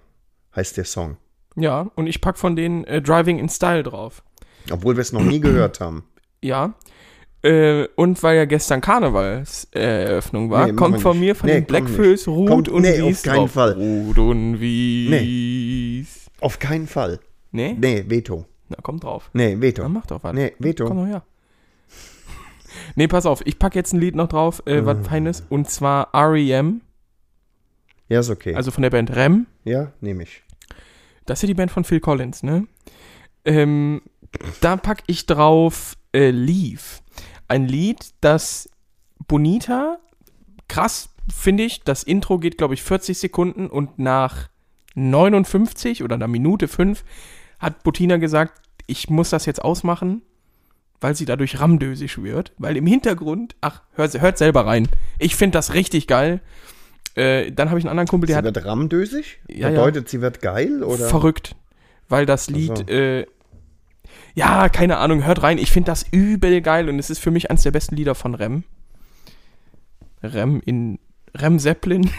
D: heißt der Song.
C: Ja, und ich pack von denen äh, Driving in Style drauf.
D: Obwohl wir es noch nie gehört haben.
C: Ja. Äh, und weil ja gestern Karnevalseröffnung war,
D: Nee, machen
C: kommt
D: wir
C: von
D: nicht.
C: mir von
D: Nee,
C: den
D: komm nicht.
C: Blackfills
D: Komm,
C: Ruth und
D: nee, auf
C: Wies
D: keinen
C: drauf.
D: Fall.
C: Ruth und Wies.
D: Auf keinen Fall.
C: Nee. nee?
D: Nee, Veto.
C: Na, komm drauf.
D: Nee, Veto.
C: Dann mach doch was.
D: Nee, Veto.
C: Komm doch her. Nee, pass auf, ich packe jetzt ein Lied noch drauf, äh, was Feines, und zwar REM,
D: Ja, ist okay.
C: also von der Band REM.
D: ja, nehme ich.
C: Das ist ja die Band von Phil Collins, ne? Ähm, da packe ich drauf äh, Leave. Ein Lied, das Bonita, krass finde ich, das Intro geht, glaube ich, 40 Sekunden und nach 59 oder einer Minute 5 hat Bonita gesagt, ich muss das jetzt ausmachen, weil sie dadurch ramdösisch wird. Weil im Hintergrund, ach, hört, hört selber rein. Ich finde das richtig geil. Äh, dann habe ich einen anderen Kumpel, der
D: sie
C: hat
D: wird ramdösig?
C: Ja, ja.
D: Bedeutet, sie wird geil? Oder?
C: verrückt. Weil das Lied,
D: so.
C: äh, ja, keine Ahnung, hört rein. Ich finde das übel geil und es ist für mich eines der besten Lieder von Rem. Rem in Rem Zeppelin.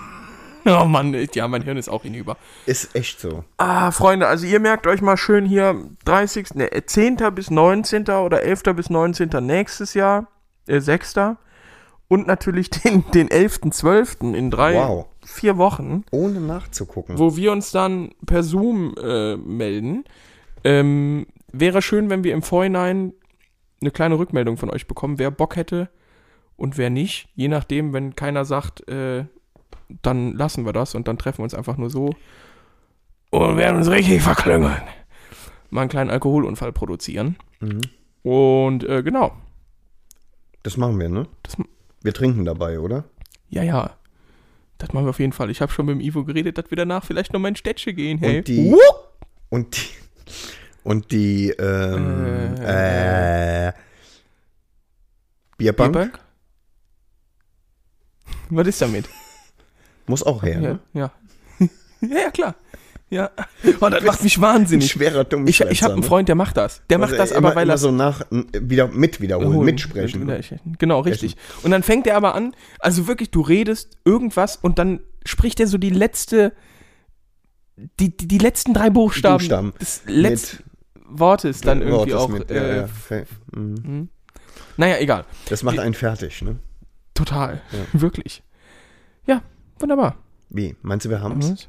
C: oh Mann, ich- ja, mein Hirn ist auch hinüber.
D: Ist echt so.
C: Ah, Freunde, also ihr merkt euch mal schön hier 30. Ne, 10. bis 19. oder 11. bis 19. nächstes Jahr, äh, 6. Und natürlich den, den 11.12. in drei,
D: Wow.
C: vier Wochen
D: Ohne nachzugucken.
C: wo wir uns dann per Zoom äh, melden. Ähm, wäre schön, wenn wir im Vorhinein eine kleine Rückmeldung von euch bekommen, wer Bock hätte und wer nicht. Je nachdem, wenn keiner sagt, äh, dann lassen wir das und dann treffen wir uns einfach nur so und werden uns richtig verklüngeln. Mal einen kleinen Alkoholunfall produzieren.
D: Mhm.
C: Und äh, genau.
D: Das machen wir, ne?
C: Das m-
D: wir trinken dabei, oder?
C: Ja, ja. Das machen wir auf jeden Fall. Ich habe schon mit dem Ivo geredet, dass wir danach vielleicht nochmal in Städtsche gehen. Hey.
D: Und die-
C: Wupp!
D: Und die. Und äh, die. Ähm, äh, Bierbank?
C: Bierbank? Was ist damit?
D: Muss auch her.
C: Ja,
D: Ne?
C: ja. ja, ja, klar. Ja. Oh, das macht mich wahnsinnig.
D: Schwerer Dummschwätzer.
C: Ich, ich habe einen
D: ne?
C: Freund, der macht das. Der macht
D: Also
C: das
D: immer,
C: aber, weil
D: immer
C: er
D: so nach n- wieder mit wiederholen,
C: Holen.
D: mitsprechen.
C: Mit- mit- Genau, richtig. Und dann fängt er aber an, also wirklich, du redest irgendwas und dann spricht er so die letzte, die, die, die letzten drei Buchstaben
D: Buchstaben.
C: des letzten Wortes dann
D: Wort
C: irgendwie
D: ist
C: auch.
D: mit, ja,
C: äh,
D: ja, fe- mhm.
C: Naja, egal.
D: Das macht einen fertig, ne?
C: Total. Wirklich. Ja, wunderbar.
D: Wie? Meinst du, wir
C: Mhm.
D: haben's?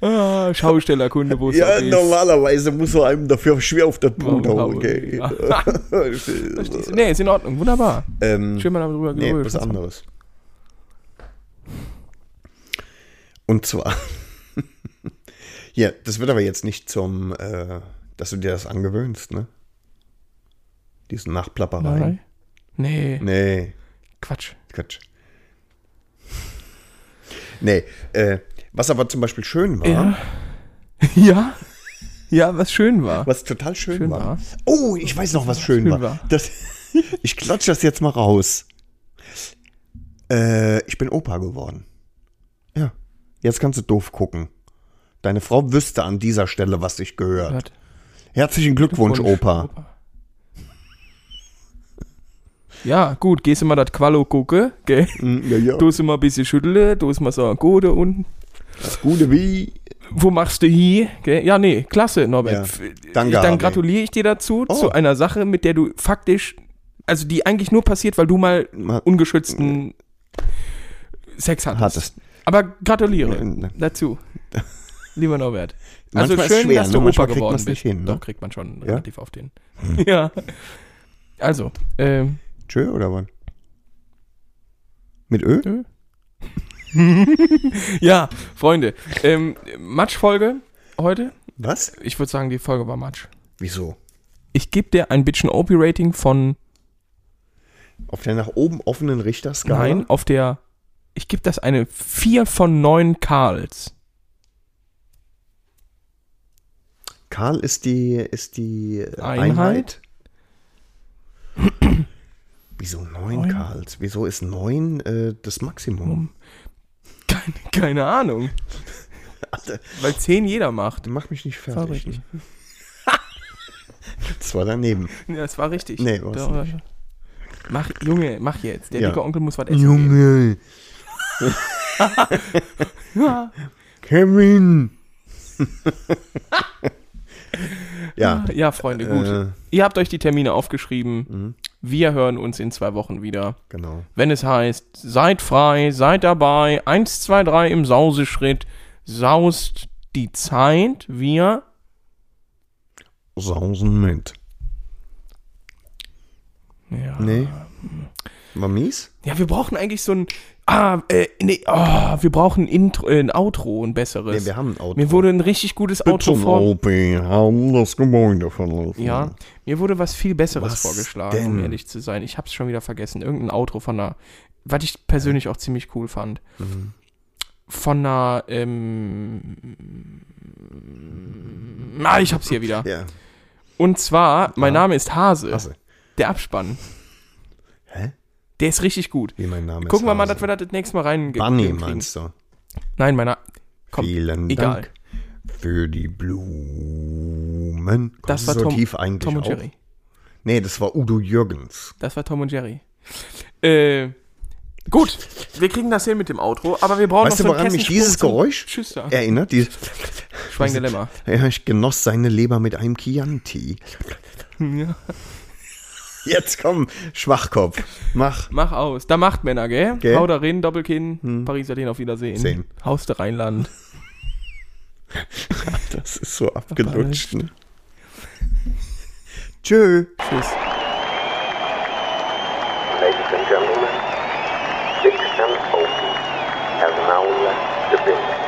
C: ah, Schaustellerkunde, wo es
D: Ja,
C: auch ist.
D: normalerweise muss er einem dafür schwer auf der Brut
C: Warum
D: hauen,
C: hauen?
D: okay?
C: Verstehst du? Nee, ist in Ordnung. Wunderbar.
D: ähm,
C: Schön mal darüber
D: nee,
C: geredet.
D: was anderes. Und zwar, ja, das wird aber jetzt nicht zum, äh, dass du dir das angewöhnst, ne? Diesen Nachplapperei.
C: Nein. Nee,
D: Nee,
C: Quatsch.
D: Quatsch. Nee, äh, was aber zum Beispiel schön war,
C: Ja. ja. Ja, was schön war.
D: was total schön,
C: Schön
D: war.
C: war.
D: Oh, ich weiß noch, was schön,
C: Schön
D: war.
C: war.
D: Das, ich klatsche das jetzt mal raus. Äh, ich bin Opa geworden. Ja, jetzt kannst du doof gucken. Deine Frau wüsste an dieser Stelle, was dich gehört.
C: Hat-
D: Herzlichen Glückwunsch, Opa.
C: Ja, gut, gehst du mal das Qualo gucken, gell?
D: Mm, Ja, ja.
C: Du mal ein bisschen schütteln, du mal sagen, gute und
D: Das Gute wie.
C: wo machst du hier? Gell? Ja, nee, klasse, Norbert.
D: Ja.
C: F-
D: Danke,
C: Dann
D: Harvey.
C: gratuliere ich dir dazu,
D: Oh.
C: zu einer Sache, mit der du faktisch, also die eigentlich nur passiert, weil du mal
D: Ma-
C: ungeschützten Sex hattest.
D: Hattest.
C: Aber gratuliere
D: Ne.
C: dazu, lieber Norbert. Also
D: Manchmal ist
C: schön,
D: schwer,
C: dass
D: ne?
C: du Opa
D: Manchmal kriegt
C: geworden
D: man's
C: bist.
D: nicht hin, ne? Hm.
C: Doch, kriegt man schon relativ auf den. ja. Also, ähm,
D: Tschö oder wann? Mit Ö?
C: ja, Freunde, ähm, Matschfolge heute.
D: Was?
C: Ich würde sagen, die Folge war Matsch.
D: Wieso?
C: Ich gebe dir ein bisschen OP-Rating von
D: Auf der nach oben offenen Richterskala?
C: Nein, auf der. Ich gebe das eine 4 von 9 Karls.
D: Karl ist die, ist die äh,
C: Einheit?
D: Einheit. Wieso neun, Karls? Wieso ist neun äh, das Maximum?
C: Keine, keine Ahnung.
D: Alter,
C: Weil 10 jeder macht.
D: mach mich nicht
C: Das war
D: fertig.
C: richtig.
D: ne? Das war daneben.
C: Ja, das war richtig.
D: Nee, war's
C: Da- Mach, Junge, mach jetzt. Der
D: Ja.
C: dicke Onkel muss was essen.
D: Junge,
C: Ja.
D: Kevin! ja,
C: ja, Freunde, gut.
D: Äh. Mhm.
C: Ihr habt euch die Termine aufgeschrieben. Wir hören uns in zwei Wochen wieder.
D: genau.
C: Wenn es heißt, seid frei, seid dabei, 1, 2, 3 im Sauseschritt, saust die Zeit, wir
D: Sausen mit.
C: ja.
D: Nee. Ähm, War mies?
C: Ja, wir brauchen eigentlich so ein. Ah, äh, nee, ah, wir brauchen ein Intro, äh, ein Outro, ein besseres.
D: Nee, wir haben ein Outro.
C: Mir wurde ein richtig gutes Outro
D: Zum
C: vor.
D: OP haben das Gebäude verlassen.
C: Ja, mir wurde was viel Besseres
D: Was
C: vorgeschlagen, um
D: denn?
C: ehrlich zu sein. Ich hab's schon wieder vergessen. Irgendein Outro von einer, was ich persönlich auch ziemlich cool fand.
D: Mhm.
C: Von einer, ähm, ah, ich hab's hier wieder.
D: Ja.
C: Und zwar, mein Name ist Hase.
D: Hase.
C: Der Abspann.
D: Hä?
C: Der ist richtig gut.
D: Wie mein Name
C: Gucken wir mal,
D: Hase.
C: dass wir das das nächste Mal rein
D: Bunny meinst du?
C: Nein, meiner. Komm,
D: Vielen
C: egal.
D: Dank für die Blumen.
C: Das
D: Kommst
C: war
D: du
C: Tom,
D: tief eigentlich
C: Tom und
D: auch?
C: Jerry.
D: Nee, das war Udo Jürgens.
C: Das war Tom und Jerry. Äh, gut, wir kriegen das hin mit dem Outro, aber wir brauchen
D: Weißt
C: noch
D: du,
C: so einen
D: woran mich
C: Kessenspruch
D: dieses
C: zum
D: Geräusch
C: Tschüss da.
D: erinnert? Die,
C: Schweigende Lämmer.
D: ja, ich genoss seine Leber mit einem Chianti.
C: Ja.
D: Jetzt komm, Schwachkopf, mach.
C: Mach aus. Da macht Männer, gell?
D: Gell? Hm.
C: Hau da rein, Doppelkinn, Pariser den auf Wiedersehen.
D: Sehen.
C: Haus der Rheinland.
D: Das ist so abgelutscht. Ne? Tschö.
C: Tschüss.
E: Ladies and gentlemen, Dick and Opie has now left the building.